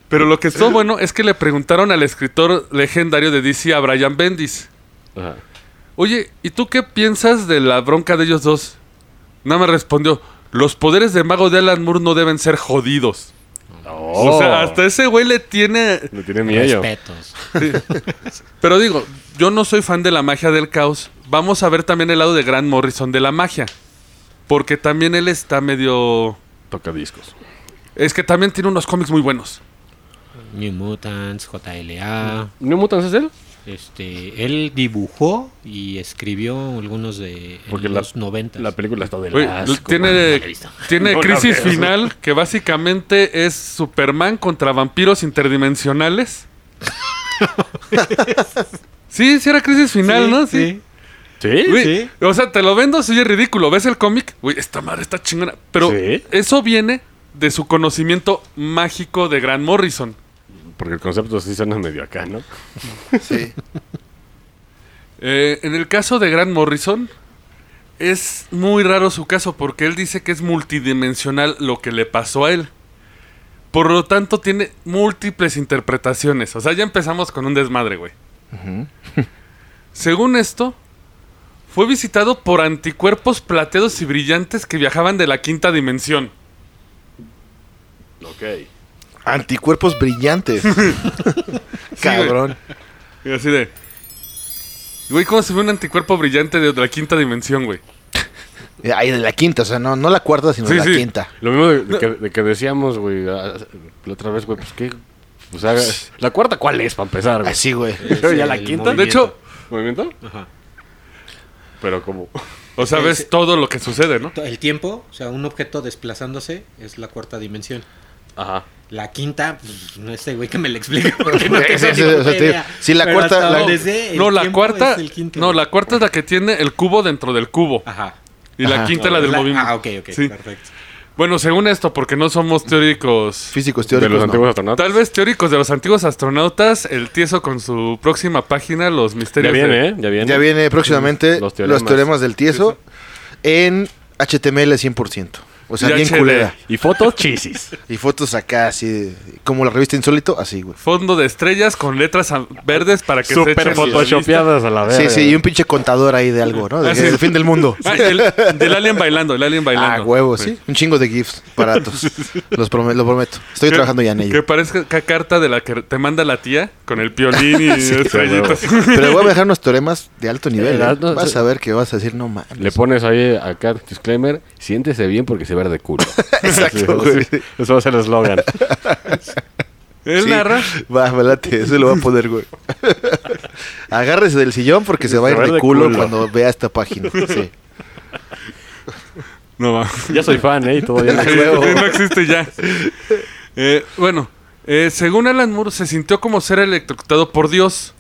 S2: Pero lo que estuvo bueno es que le preguntaron al escritor legendario de DC, a Brian Bendis.
S3: Ajá.
S2: Oye, ¿y tú qué piensas de la bronca de ellos dos? Nada más respondió, los poderes de mago de Alan Moore no deben ser jodidos. O
S3: Oh.
S2: sea, hasta ese güey le tiene...
S3: Le tiene miedo.
S5: Respetos.
S2: Pero digo, yo no soy fan de la magia del caos. Vamos a ver también el lado de Grant Morrison de la magia. Porque también él está medio...
S3: Toca discos.
S2: Es que también tiene unos cómics muy buenos.
S5: New Mutants, JLA.
S3: ¿New Mutants es él?
S5: Este, él dibujó y escribió algunos de en
S3: Porque la-
S5: los 90.
S3: La película está de
S2: Güey,
S3: las...
S2: tiene tiene
S3: No la
S2: Crisis
S3: veas.
S2: Final, que básicamente es Superman contra vampiros interdimensionales. sí, sí era Crisis Final, ¿no? Sí.
S3: ¿Sí?
S2: Güey,
S3: Sí.
S2: O sea, te lo vendo, soy ridículo. ¿Ves el cómic? Güey, esta madre está chingona. Pero
S3: Sí.
S2: eso viene de su conocimiento mágico de Grant Morrison.
S3: Porque el concepto sí suena medio acá, ¿no?
S4: Sí.
S2: Eh, en el caso de Grant Morrison, es muy raro su caso porque él dice que es multidimensional lo que le pasó a él. Por lo tanto, tiene múltiples interpretaciones. O sea, ya empezamos con un desmadre, güey. Según esto, fue visitado por anticuerpos plateados y brillantes que viajaban de la quinta dimensión.
S3: Ok.
S4: Anticuerpos brillantes. Cabrón.
S2: Y así de. Güey, ¿cómo se ve un anticuerpo brillante de, de la quinta dimensión, güey?
S4: Ay, Eh, de la quinta, o sea, no, no la cuarta, sino
S2: Sí,
S4: la
S2: sí.
S4: quinta.
S3: Lo mismo de, de que, de que decíamos, güey, ah, la otra vez, güey, pues qué. O sea, la cuarta, ¿cuál es para empezar, güey?
S4: Así, güey.
S3: Pero ya la
S5: el
S3: quinta.
S2: De hecho,
S3: ¿Movimiento?
S5: Ajá.
S3: Pero como.
S2: o sea, ves todo lo que sucede, ¿no?
S5: El tiempo, o sea, un objeto desplazándose es la cuarta dimensión.
S3: Ajá.
S5: La quinta, pues, no sé, güey, que me la explique. Porque
S2: Pues,
S5: no
S4: Sí,
S5: tengo
S4: sí,
S5: ni
S4: sí, o sea,
S5: puta
S4: te-
S5: idea.
S4: sí, la
S5: Pero
S4: cuarta-
S5: hasta
S4: la-
S5: donde sé, el
S2: No, la
S5: tiempo
S2: cuarta.
S5: es el quinto. Ah.
S2: No, la cuarta es la que tiene el cubo dentro del cubo.
S5: Ajá.
S2: Y la
S4: Ajá.
S2: quinta es la del movimiento.
S5: Ah, ok, ok,
S2: Sí.
S5: perfecto. Pues,
S2: Bueno, según esto, porque no somos teóricos.
S4: Físicos
S3: De
S4: teóricos.
S3: los
S4: no.
S3: antiguos astronautas.
S2: Tal vez teóricos de los antiguos astronautas, el tieso con su próxima página, los
S3: Ya
S2: misterios. de-
S3: viene, ¿eh? Ya viene.
S4: Ya viene próximamente los
S3: Los
S4: teoremas,
S3: teoremas.
S4: del tieso en HTML 100%. O sea,
S2: Y
S4: bien
S2: HD.
S4: culera.
S3: Y fotos chisis.
S4: Y fotos acá, así, como la revista Insólito, así, güey.
S2: Fondo de estrellas con letras a- verdes para que se eche
S3: Super photoshopeadas a la verga.
S4: Sí, sí, y un pinche contador ahí de algo, ¿no? De,
S2: Ah, sí.
S4: El fin del mundo.
S2: Ah, el- del alien bailando, el alien
S4: Ah,
S2: bailando.
S4: huevo, sí. Un chingo de GIFs baratos. Los prome- lo prometo. Estoy
S2: Que-
S4: trabajando ya en ello.
S2: Que parezca ca- carta de la que te manda la tía con el piolín y estrellitas.
S4: Pero voy a dejar unos teoremas de alto nivel.
S3: Eh,
S4: ¿eh?
S3: no,
S4: Vas
S3: sí.
S4: a ver que vas a decir, no mames.
S3: Le pones ahí acá, disclaimer, siéntese bien porque se ve de culo.
S4: Exacto, güey.
S3: Eso va a ser el eslogan.
S2: Él
S4: Sí.
S2: narra
S4: Va, me late, eso lo va a poner, güey. Agárrese del sillón porque se va a ir
S3: va
S4: de culo, cuando vea esta página. Sí.
S2: No va.
S3: Ya soy fan, ¿eh? Y todavía no.
S4: A huevo.
S2: no existe ya. Eh, bueno, eh, según Alan Moore, se sintió como ser electrocutado por Dios.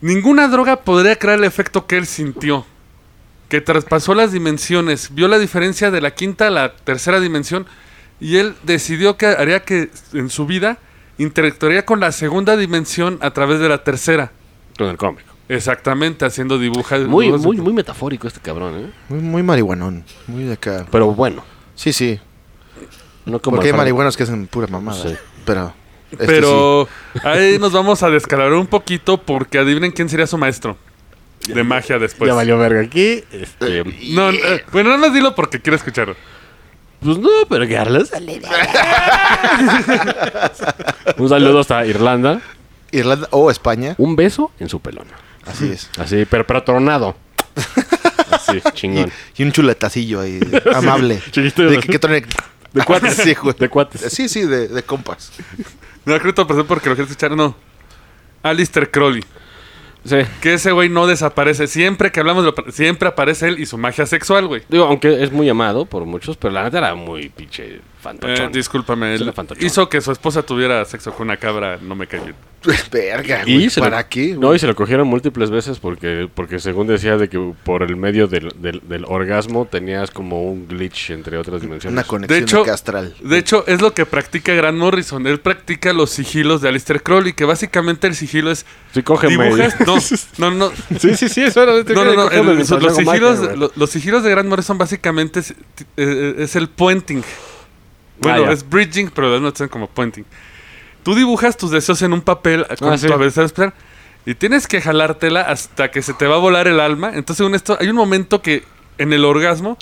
S2: Ninguna droga podría crear el efecto que él sintió. Que traspasó las dimensiones, vio la diferencia de la quinta a la tercera dimensión y él decidió que haría que en su vida interactuaría con la segunda dimensión a través de la tercera.
S3: Con el cómic.
S2: Exactamente, haciendo dibujas.
S3: Muy,
S2: dibujos de-
S3: muy, muy metafórico este cabrón, ¿eh?
S4: Muy, muy marihuanón. Muy de acá.
S3: Pero bueno.
S4: Sí, sí.
S3: No como
S4: Porque hay
S3: el fan-
S4: marihuanos que hacen pura mamada.
S3: Sí.
S4: Pero. este
S2: Pero ahí nos vamos a descalar un poquito porque adivinen quién sería su maestro de
S4: pues.
S2: magia después.
S4: Eh,
S3: Ya valió verga aquí. Este,
S2: No, eh, bueno, no nos dilo porque quiero escucharlo.
S3: Pues no, pero que Arles. Un saludo hasta Irlanda.
S4: Irlanda o España.
S3: Un beso en su pelón.
S4: Así es.
S3: Así, pero, pero tronado. Así,
S4: Y,
S3: chingón.
S4: y un chuletacillo ahí, amable.
S3: chiquito.
S4: De que- que traen-
S3: De cuates.
S4: Sí, güey.
S3: De cuates.
S4: Sí, sí, de, de compas.
S2: No, creo que perdón porque lo quiero escuchar. No. Alistair Crowley.
S3: Sí.
S2: Que ese güey no desaparece. Siempre que hablamos de lo- siempre aparece él y su magia sexual, güey. Eh,
S3: Digo, aunque es muy amado por muchos, pero la neta era muy pinche
S2: Eh,
S3: fantochón.
S2: discúlpame,
S3: Es
S2: él
S3: un fantochón.
S2: hizo que su esposa tuviera sexo con una cabra, no me cae bien.
S4: Pues, Verga, Ah, güey.
S3: Y se lo-
S4: ¿Para qué?
S3: No, y se lo cogieron múltiples veces porque, porque según decía de que por el medio del, del, del orgasmo tenías como un glitch entre otras dimensiones.
S4: Una conexión
S2: hecho-
S4: acá astral.
S2: De hecho, es lo que practica Grant Morrison. Él practica los sigilos de Alistair Crowley, que básicamente el sigilo es...
S3: Sí, cógeme.
S2: ¿Dibujas? No, no, no.
S3: Sí, sí, sí, eso era.
S2: No, no, no. el- los, los sigilos, lo- los sigilos de Grant Morrison básicamente es, ti- eh, es el puenting. Bueno,
S3: ya.
S2: es bridging, pero las notas son como puenting. Tú dibujas tus deseos en un papel con
S3: Ah,
S2: tu
S3: sí.
S2: adversario especial y tienes que jalártela hasta que se te va a volar el alma. Entonces, según esto, hay un momento que en el orgasmo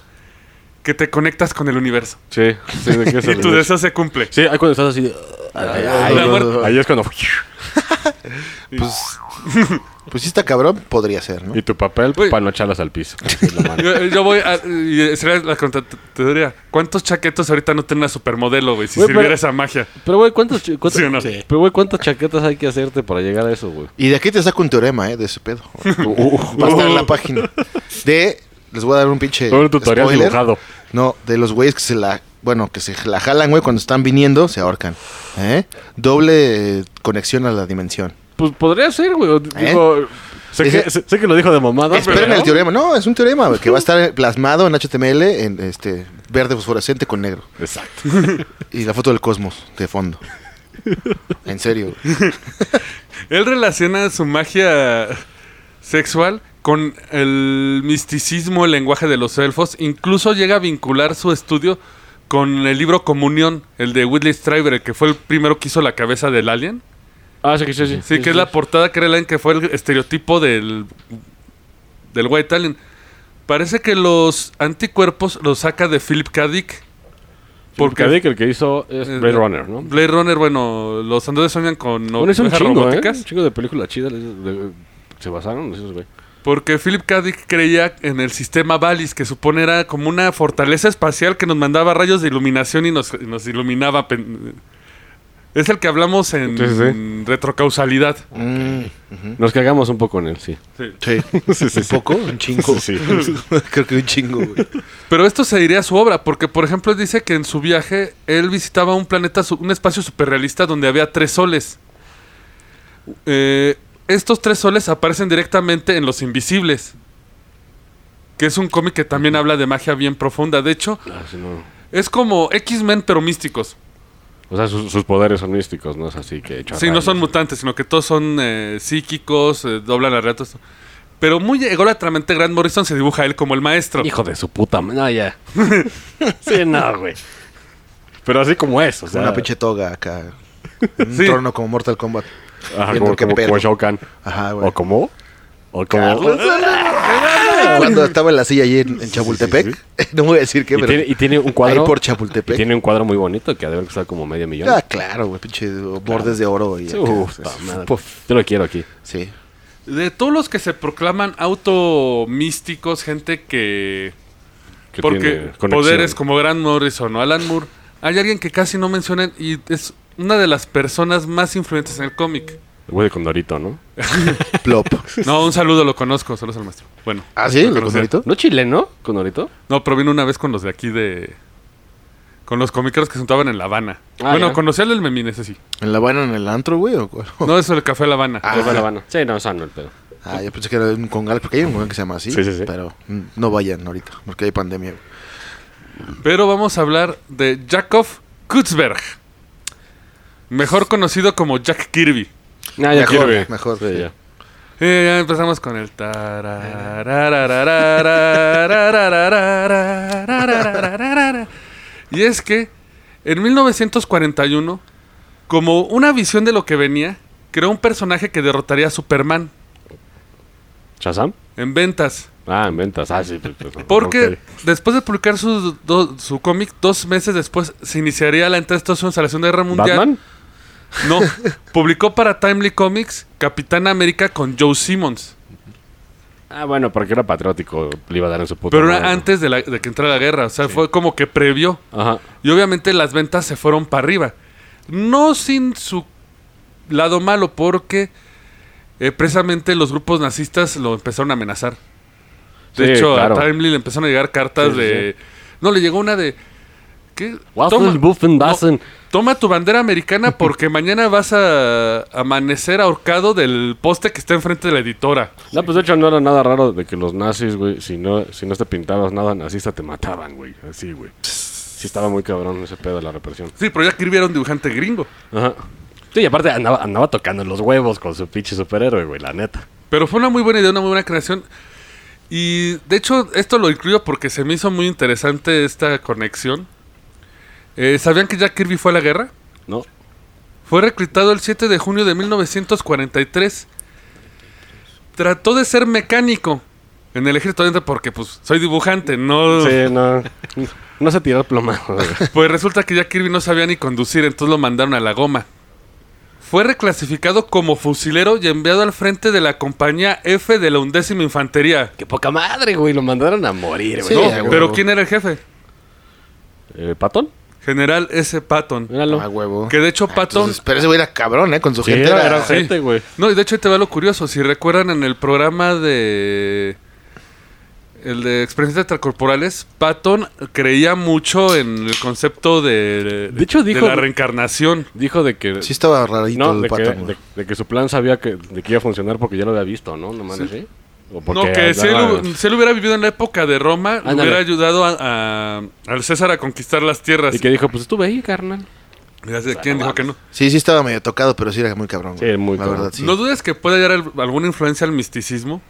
S2: que te conectas con el universo
S3: Sí, sí, de qué es
S2: y
S3: el
S2: tu
S3: glitch?
S2: deseo se cumple.
S3: Sí, ahí cuando estás así. de-
S4: Ay,
S2: ay, la muerte.
S3: Ahí es cuando.
S4: Pues, pues si está cabrón, podría ser, ¿no?
S3: Y tu papel
S2: Uy.
S3: para no echarlas al piso. Es lo malo.
S2: Yo, yo voy a. y sería la contrateoría. ¿Cuántos chaquetos ahorita no tienen a supermodelo, güey? Si
S3: Güey, pero-
S2: sirviera esa magia.
S3: Pero, güey, ¿cuántas, ch- cuántas-
S2: ¿Sí o no?
S5: Sí.
S3: pero, güey, ¿cuántas chaquetas hay que hacerte para llegar a eso, güey?
S4: Y de aquí te saco un teorema, ¿eh? De ese pedo. uh, Va a estar en la página. De. Les voy a dar un pinche.
S3: Todo un tutorial
S4: spoiler.
S3: dibujado.
S4: No, de los güeyes que se la. Bueno, que se la jalan, güey, cuando están viniendo, se ahorcan. ¿Eh? Doble eh, conexión a la dimensión.
S3: Pues podría ser, güey.
S4: ¿Eh?
S3: Digo, sé,
S4: Ese-
S3: que, sé, sé que lo dijo de mamada.
S4: Esperen
S3: pero-
S4: el teorema. No, es un teorema güey, que va a estar plasmado en HTML en este verde fosforescente con negro.
S3: Exacto.
S4: Y la foto del cosmos de fondo. En serio. güey.
S2: Él relaciona su magia sexual con el misticismo, el lenguaje de los elfos. Incluso llega a vincular su estudio con el libro Comunión, el de Whitley Strieber, el que fue el primero que hizo la cabeza del alien.
S3: Ah, sí, sí, sí.
S2: Sí, que es la portada que era el alien, que fue el estereotipo del, del White Alien. Parece que los anticuerpos los saca de Philip K. Dick.
S3: Porque Dick, el que hizo es
S2: Eh,
S3: Blade Runner, ¿no?
S2: Blade Runner, bueno, los androides soñan con
S3: Bueno, es un
S2: ovejas
S3: chingo, ¿eh? Un chingo de películas chidas. de- de- se basaron en esos, güey.
S2: Porque Philip K. Dick creía en el sistema Valis, que supone era como una fortaleza espacial que nos mandaba rayos de iluminación y nos, y nos iluminaba. pen- Es el que hablamos en,
S3: Sí, sí, sí.
S2: en retrocausalidad.
S4: Mm,
S3: Nos cagamos un poco en él, sí.
S4: sí. ¿Un poco? Un chingo.
S3: Sí,
S4: Creo que un chingo, güey.
S2: Pero esto se diría a su obra, porque por ejemplo él dice que en su viaje él visitaba un planeta, su- un espacio superrealista donde había tres soles. Eh, estos tres soles aparecen directamente en Los Invisibles, que es un cómic que también habla de magia bien profunda. De hecho,
S3: Ah, sí, no.
S2: es como X-Men pero místicos.
S3: O sea, sus, sus poderes son místicos, ¿no? Es así que...
S2: Sí, no son mutantes, sino que todos son eh, psíquicos, eh, doblan las reatas. Pero muy ególatramente Grant Morrison se dibuja a él como el maestro.
S3: Hijo de su puta... ma- No, ya. sí, no, güey. Pero así como es, o sea...
S4: Una pinche toga acá. Un
S2: Sí.
S4: trono como Mortal Kombat.
S3: Ajá,
S4: Viendo
S3: como,
S4: qué
S3: como,
S4: pedo. Ah,
S3: como Shao Kahn.
S4: Ajá, güey.
S3: ¿O como? ¿O como?
S4: Carlos. Cuando estaba en la silla allí en, en Chapultepec. No voy a decir qué,
S3: Y
S4: pero.
S3: tiene, y tiene un cuadro...
S4: Ahí por
S3: y
S4: Chapultepec.
S3: tiene un cuadro muy bonito que debe costar como media millón.
S4: Ah, claro, güey. Pinche bordes de oro. Y
S3: Sí,
S4: acá.
S3: uf, ta madre. Yo lo quiero aquí.
S4: Sí.
S2: De todos los que se proclaman automísticos, gente que.
S3: que tiene
S2: porque
S3: conexión.
S2: poderes como Grant Morrison o Alan Moore, hay alguien que casi no mencionan y es una de las personas más influyentes en el cómic.
S3: El Güey de Condorito, ¿no?
S4: Plop.
S2: No, un saludo, lo conozco, saludos al maestro. Bueno.
S4: Ah, sí,
S2: lo
S4: lo
S2: conocía.
S4: conocito.
S3: ¿No chileno? ¿Condorito?
S2: No, pero vino una vez con los de aquí de. Con los comiqueros que se juntaban en La Habana.
S3: Ah,
S2: bueno,
S3: ya.
S2: conocí al del Memín, ese sí.
S4: ¿En La Habana, en el antro, güey? o cuál?
S2: No, eso del Café La Habana.
S4: Oh. Ah,
S3: Los de La Habana. Sí, no, sano el pedo.
S4: Ah, yo pensé que era un congal, porque hay un congal que se llama así.
S3: Sí, sí, sí.
S4: Pero mm, no vayan ahorita, porque hay pandemia. güey.
S2: Pero vamos a hablar de Jacob Kutzberg. Mejor conocido como Jack Kirby.
S3: No,
S4: Mejor, mejor,
S3: Sí,
S4: sí.
S3: ya.
S2: Eh, ya empezamos con el tarararararararararararararararararararararararara. Y es que en 1941, como una visión de lo que venía, creó un personaje que derrotaría a Superman
S3: ¿Shazam?
S2: en ventas.
S3: Ah, en ventas. Ah, sí. pues, pues,
S2: Porque
S3: ok.
S2: después de publicar su, do- su cómic, dos meses después se iniciaría la entrada de Estados Unidos a la Segunda Guerra Mundial.
S3: ¿Batman?
S2: No, publicó para Timely Comics Capitán América con Joe Simmons.
S3: Ah, bueno, porque era patriótico. Le iba a dar en su puta
S2: Pero
S3: madre.
S2: era antes de, la- de que entrara la guerra. O sea, fue como que previó.
S3: Ajá.
S2: Y obviamente las ventas se fueron para arriba. No sin su lado malo, porque eh, precisamente los grupos nazistas lo empezaron a amenazar. De
S3: Sí,
S2: hecho,
S3: claro.
S2: a Timely le empezaron a llegar cartas
S3: Sí, sí,
S2: de. No, le llegó una de. ¿Qué?
S3: Waffen, Buffen, Bassen.
S2: toma tu bandera americana porque mañana vas a amanecer ahorcado del poste que está enfrente de la editora.
S3: No, pues de hecho no era nada raro de que los nazis, güey, si no, si no te pintabas nada nazista, te mataban, güey. Así, güey. Sí estaba muy cabrón ese pedo de la represión.
S2: Sí, pero ya Kirby era un dibujante gringo.
S3: Ajá. Sí, y aparte andaba, andaba tocando los huevos con su pinche superhéroe, güey, la neta.
S2: Pero fue una muy buena idea, una muy buena creación. Y de hecho, esto lo incluyo porque se me hizo muy interesante esta conexión. Eh, ¿Sabían que Jack Kirby fue a la guerra?
S3: ¿No?
S2: Fue reclutado el 7 de junio de 1943. Trató de ser mecánico en el ejército obviamente, porque pues soy dibujante, no...
S3: Sí, no. No se tiró plomado, güey.
S2: Pues resulta que Jack Kirby no sabía ni conducir, entonces lo mandaron a la goma. Fue reclasificado como fusilero y enviado al frente de la compañía F de la undécima infantería.
S3: Qué poca madre, güey. Lo mandaron a morir,
S4: Sí,
S3: güey.
S2: No,
S4: a
S2: pero
S4: huevo.
S2: ¿quién era el jefe?
S3: ¿Eh, ¿Patón?
S2: General S. Patton.
S3: Míralo.
S4: A huevo.
S2: Que de hecho
S4: Ah,
S2: Patton...
S4: entonces, pero ese güey era cabrón, ¿eh? Con su
S3: Sí,
S4: gente
S3: era-
S4: era...
S3: era- gente, güey.
S2: No, y de hecho ahí te va lo curioso. Si recuerdan en el programa de... El de experiencias extracorporales, Patton creía mucho en el concepto de,
S3: De hecho, dijo-
S2: de la reencarnación.
S3: Dijo de que.
S4: Sí estaba rarito
S3: no,
S4: el
S3: de que,
S4: Patton,
S3: de,
S4: güey.
S3: de que su plan sabía que, de que iba a funcionar porque ya lo había visto, ¿no? No mames, ¿sí? O porque
S2: no, que si él,
S3: andaba-
S2: hu- si él hubiera vivido en la época de Roma, le
S3: Ándale.
S2: hubiera ayudado a- a- al César a conquistar las tierras.
S3: Y que dijo, pues estuve ahí, carnal.
S2: Mira, ¿Quién dijo que no?
S4: Sí, sí estaba medio tocado, pero sí era muy cabrón.
S3: Sí,
S4: güey.
S3: muy
S4: La
S3: cabrón.
S4: verdad, sí.
S2: No dudes que puede hallar al- alguna influencia al misticismo.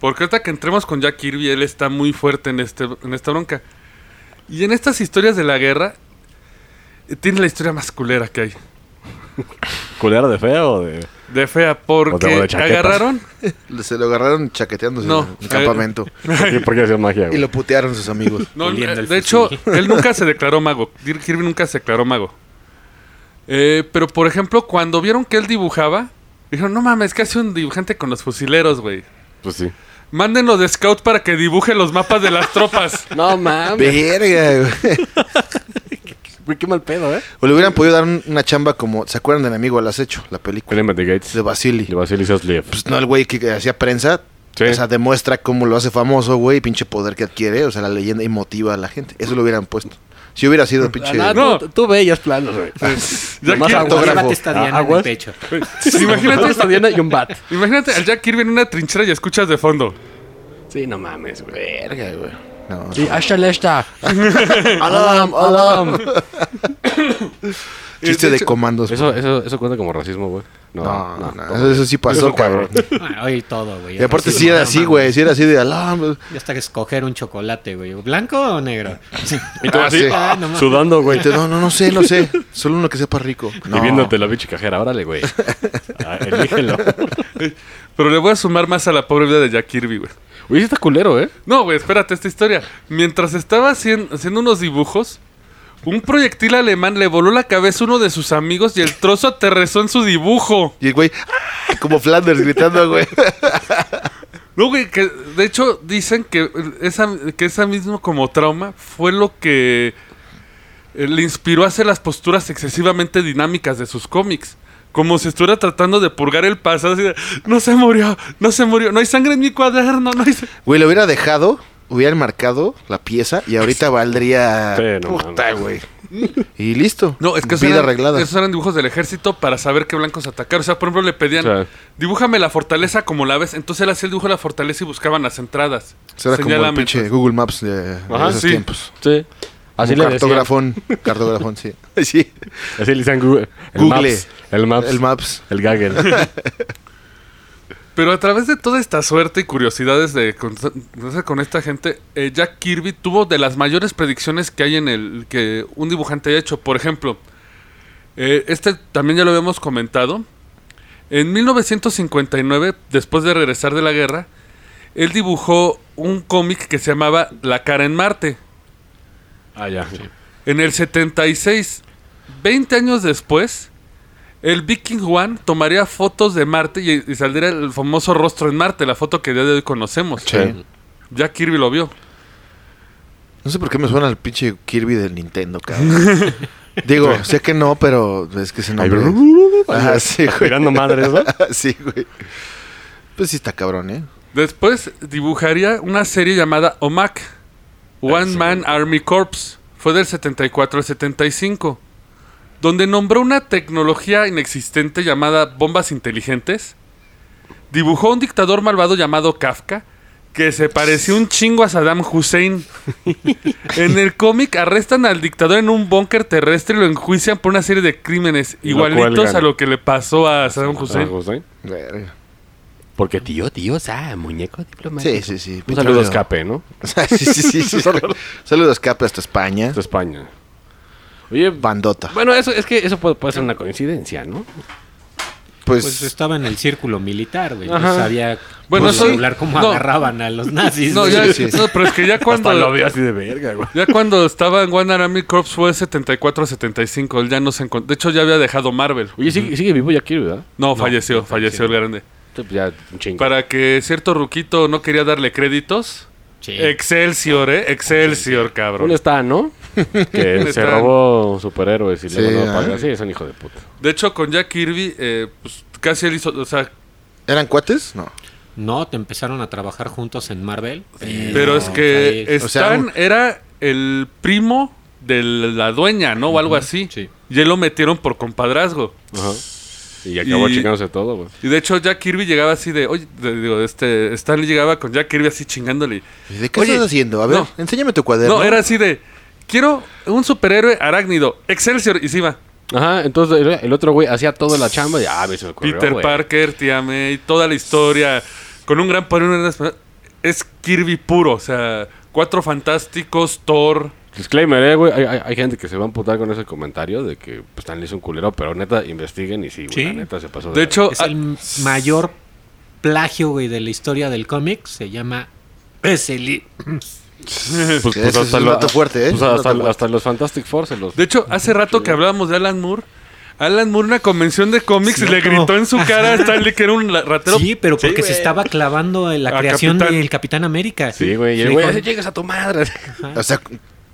S2: Porque ahorita que entremos con Jack Kirby, él está muy fuerte en, este, en esta bronca. Y en estas historias de la guerra, eh, tiene la historia más culera que hay.
S3: ¿Culera de feo o de.?
S2: De fea, porque
S3: O de chaquetas.
S2: agarraron.
S4: Se lo agarraron chaqueteándose
S2: No,
S4: en el
S2: eh,
S4: campamento.
S3: ¿Por qué- por qué hacía magia,
S4: Y
S3: güey?
S4: lo putearon sus amigos.
S2: No,
S5: Oliendo
S2: eh,
S5: el
S2: de hecho,
S5: fusil.
S2: él nunca se declaró mago. Dirk Kirby nunca se declaró mago. Eh, pero, por ejemplo, cuando vieron que él dibujaba, dijeron, no mames, que hace un dibujante con los fusileros, güey.
S3: Pues sí.
S2: Mándenlo de scout para que dibuje los mapas de las tropas.
S3: No mames.
S4: Verga, güey.
S3: Güey, qué mal pedo, ¿eh?
S4: O le hubieran podido dar un- una chamba como... ¿Se acuerdan del amigo al acecho? La película.
S3: Clement de Gates.
S4: De Basili.
S3: De Vasily Soslief.
S4: Pues no, el güey que, que hacía prensa.
S3: Sí.
S4: O sea, demuestra cómo lo hace famoso, güey, pinche poder que adquiere, o sea, la leyenda y motiva a la gente. Eso lo hubieran puesto. Si hubiera sido pinche.
S3: Ah,
S2: no.
S3: tú, tú ve ellos planos, güey.
S2: Ya
S3: Nomás
S2: que-
S3: autógrafo.
S5: Llévate
S2: Ah,
S5: esta Diana en el
S3: Aguas.
S5: pecho.
S2: Imagínate-
S3: Imagínate esta Diana y un bat.
S2: Imagínate al Jack Kirby en una trinchera y escuchas de fondo.
S3: Sí, no mames, güey.
S4: Verga, güey. No.
S3: Y hasta esta.
S4: Alam, alam. Chiste
S2: De
S4: de
S2: hecho-
S4: comandos.
S3: Eso, eso, eso cuenta como racismo, güey. No,
S4: no, no,
S3: no.
S4: no, eso- Eso sí pasó, cabrón.
S5: Ah, Oye, todo, güey.
S4: Y aparte,
S5: Sí,
S4: si era
S5: no,
S4: así,
S5: mames.
S4: güey, si era así de alam.
S5: Y hasta que escoger un chocolate, güey. ¿Blanco o negro?
S2: Pues,
S3: Y tú
S4: Ah,
S3: así,
S4: sí.
S5: Ah, no mames.
S3: sudando, güey.
S4: Güey, te- No, no, no sé, no sé. Solo uno que sepa rico. No.
S3: Y viéndote la bicha cajera. Órale, güey. Ah, elígelo.
S2: Pero le voy a sumar más a la pobre vida de Jack Kirby, güey.
S3: Güey, sí está culero, ¿eh?
S2: No, güey, espérate esta historia. Mientras estaba hacien- haciendo unos dibujos, un proyectil alemán le voló la cabeza a uno de sus amigos y el trozo aterrizó en su dibujo.
S4: Y el güey, ¡ah! como Flanders gritando, güey.
S2: No, güey, que de hecho dicen que esa, que esa mismo como trauma fue lo que eh, le inspiró a hacer las posturas excesivamente dinámicas de sus cómics. Como si estuviera tratando de purgar el pasado. así de, no se murió, no se murió, no hay sangre en mi cuaderno, no hay sa-".
S4: Güey, lo hubiera dejado, hubieran marcado la pieza y ahorita valdría.
S3: Sí, no
S4: Puta,
S3: mames.
S4: güey. Y listo.
S2: No, es que esos
S4: Vida
S2: eran,
S4: arreglada.
S2: esos eran dibujos del ejército para saber qué blancos atacar. O sea, por ejemplo, le pedían,
S3: O sea.
S2: dibújame la fortaleza como la ves. Entonces él hacía el dibujo de la fortaleza y buscaban las entradas.
S4: Será como el
S2: Señalamientos.
S4: pinche Google Maps de, de
S2: Ajá,
S4: esos
S2: sí.
S4: tiempos.
S3: Sí. Así
S4: Un
S3: le decían.
S4: cartógrafón. Cartógrafón, sí. Sí.
S3: Así le dicen Google. El
S4: Google.
S3: Maps, el Maps.
S4: El Maps.
S3: El Gaggle.
S2: Pero a través de toda esta suerte y curiosidades de con, con esta gente, eh, Jack Kirby tuvo de las mayores predicciones que hay en el que un dibujante haya hecho. Por ejemplo, eh, este también ya lo habíamos comentado. En 1959, después de regresar de la guerra, él dibujó un cómic que se llamaba La cara en Marte.
S3: Ah, ya.
S2: En el 76, 20 años después, el Viking One tomaría fotos de Marte y, y saldría el famoso rostro en Marte, la foto que el día de hoy conocemos.
S4: Sí.
S2: Ya Kirby lo vio.
S4: No sé por qué me suena el pinche Kirby del Nintendo, cabrón. Digo, sé que no, pero es que se
S3: Ahí,
S4: nombre. Ah, sí, güey.
S3: Tirando madres, ¿no?
S4: sí, güey. Pues sí está cabrón, ¿eh?
S2: Después dibujaría una serie llamada OMAC, One Man Army Corps. Fue del 74 al 75, donde nombró una tecnología inexistente llamada bombas inteligentes. Dibujó un dictador malvado llamado Kafka, que se pareció un chingo a Saddam Hussein. en el cómic arrestan al dictador en un búnker terrestre y lo enjuician por una serie de crímenes
S3: Y lo
S2: igualitos
S3: cuelgan.
S2: a lo que le pasó a Saddam Hussein.
S3: Ah, Hussein.
S4: Verga.
S6: Porque tío, tío, ah, muñeco diplomático.
S4: Sí, sí, sí.
S3: Un saludo
S4: Petróleo.
S3: escape, ¿no?
S4: sí, sí, sí. sí. Saludos escape hasta España.
S3: De España. Oye,
S4: Bandota.
S3: bueno, eso es que eso puede, puede ser una coincidencia, ¿no?
S4: Pues,
S5: Pues estaba en el círculo militar, güey.
S3: Ajá.
S5: No sabía
S2: Bueno,
S5: pues,
S2: sí.
S5: regular cómo
S2: No.
S5: agarraban a los nazis.
S2: No,
S5: güey.
S2: ya-
S4: sí.
S2: no, pero es que ya cuando...
S3: Hasta lo veo así de verga, güey.
S2: Ya cuando estaba en One Army Corps fue 74 a 75. Él ya no se encon- De hecho, ya había dejado Marvel.
S3: Oye, sigue, sigue vivo ya Kirby, ¿verdad?
S2: No, falleció, falleció el grande.
S3: Este, pues, Ya, un chingo.
S2: Para que cierto Ruquito no quería darle créditos.
S5: Sí.
S2: Excelsior, ¿eh? Excelsior,
S3: Un
S2: cabrón.
S3: está, ¿no? Que se
S2: Stan.
S3: robó superhéroes y
S4: Sí,
S3: luego no
S4: ah.
S3: paga. Sí, es un hijo de puta.
S2: De hecho, con Jack Kirby, eh, pues, casi él hizo. O sea,
S4: ¿Eran cuates? No.
S5: No, te empezaron a trabajar juntos en Marvel.
S2: pero es que
S5: ahí es-
S4: o sea,
S2: Stan
S4: un-
S2: era el primo de la dueña, ¿no? O algo así.
S5: sí.
S2: Y él lo metieron por compadrazgo.
S3: Ajá. Y acabó
S2: Y-
S3: chingándose todo, güey.
S2: Y de hecho, Jack Kirby llegaba así de. Oye, de- digo, este. Stan Lee llegaba con Jack Kirby así chingándole.
S4: ¿De qué
S2: Oye,
S4: estás haciendo? A ver,
S2: no.
S4: enséñame tu cuaderno.
S2: No, era así de. Quiero un superhéroe arácnido. Excelsior. Y se iba.
S3: Ajá, entonces el, el otro güey hacía toda la chamba y ah, a mí se me ocurrió,
S2: Peter
S3: güey.
S2: Parker, Tía May, toda la historia. Con un gran poder. una gran esperanza. Es Kirby puro. O sea, cuatro fantásticos, Thor.
S3: Disclaimer, eh, güey. Hay, hay- hay gente que se va a amputar con ese comentario de que pues, Stan Lee es un culero, pero neta, investiguen y sí, güey.
S5: Sí.
S3: La neta se pasó.
S2: De hecho,
S5: Es
S2: ah,
S5: el mayor plagio, güey, de la historia del cómic. Se llama... Es el...
S3: pues,
S4: Ese es un dato fuerte, ¿eh?
S3: pues,
S4: Un dato
S3: hasta,
S4: fuerte.
S3: hasta los Fantastic Four se los.
S2: de hecho, hace rato que hablábamos de Alan Moore. Alan Moore, en una convención de cómics,
S5: Cierto.
S2: le gritó en su cara a Stan Lee que era un la- ratero.
S5: sí, pero porque se estaba clavando en la
S2: A
S5: creación
S2: Capitán.
S5: del Capitán América.
S3: Sí, güey. Y
S5: Le
S3: el güey,
S5: dijo,
S3: así llegas a tu madre.
S4: O sea,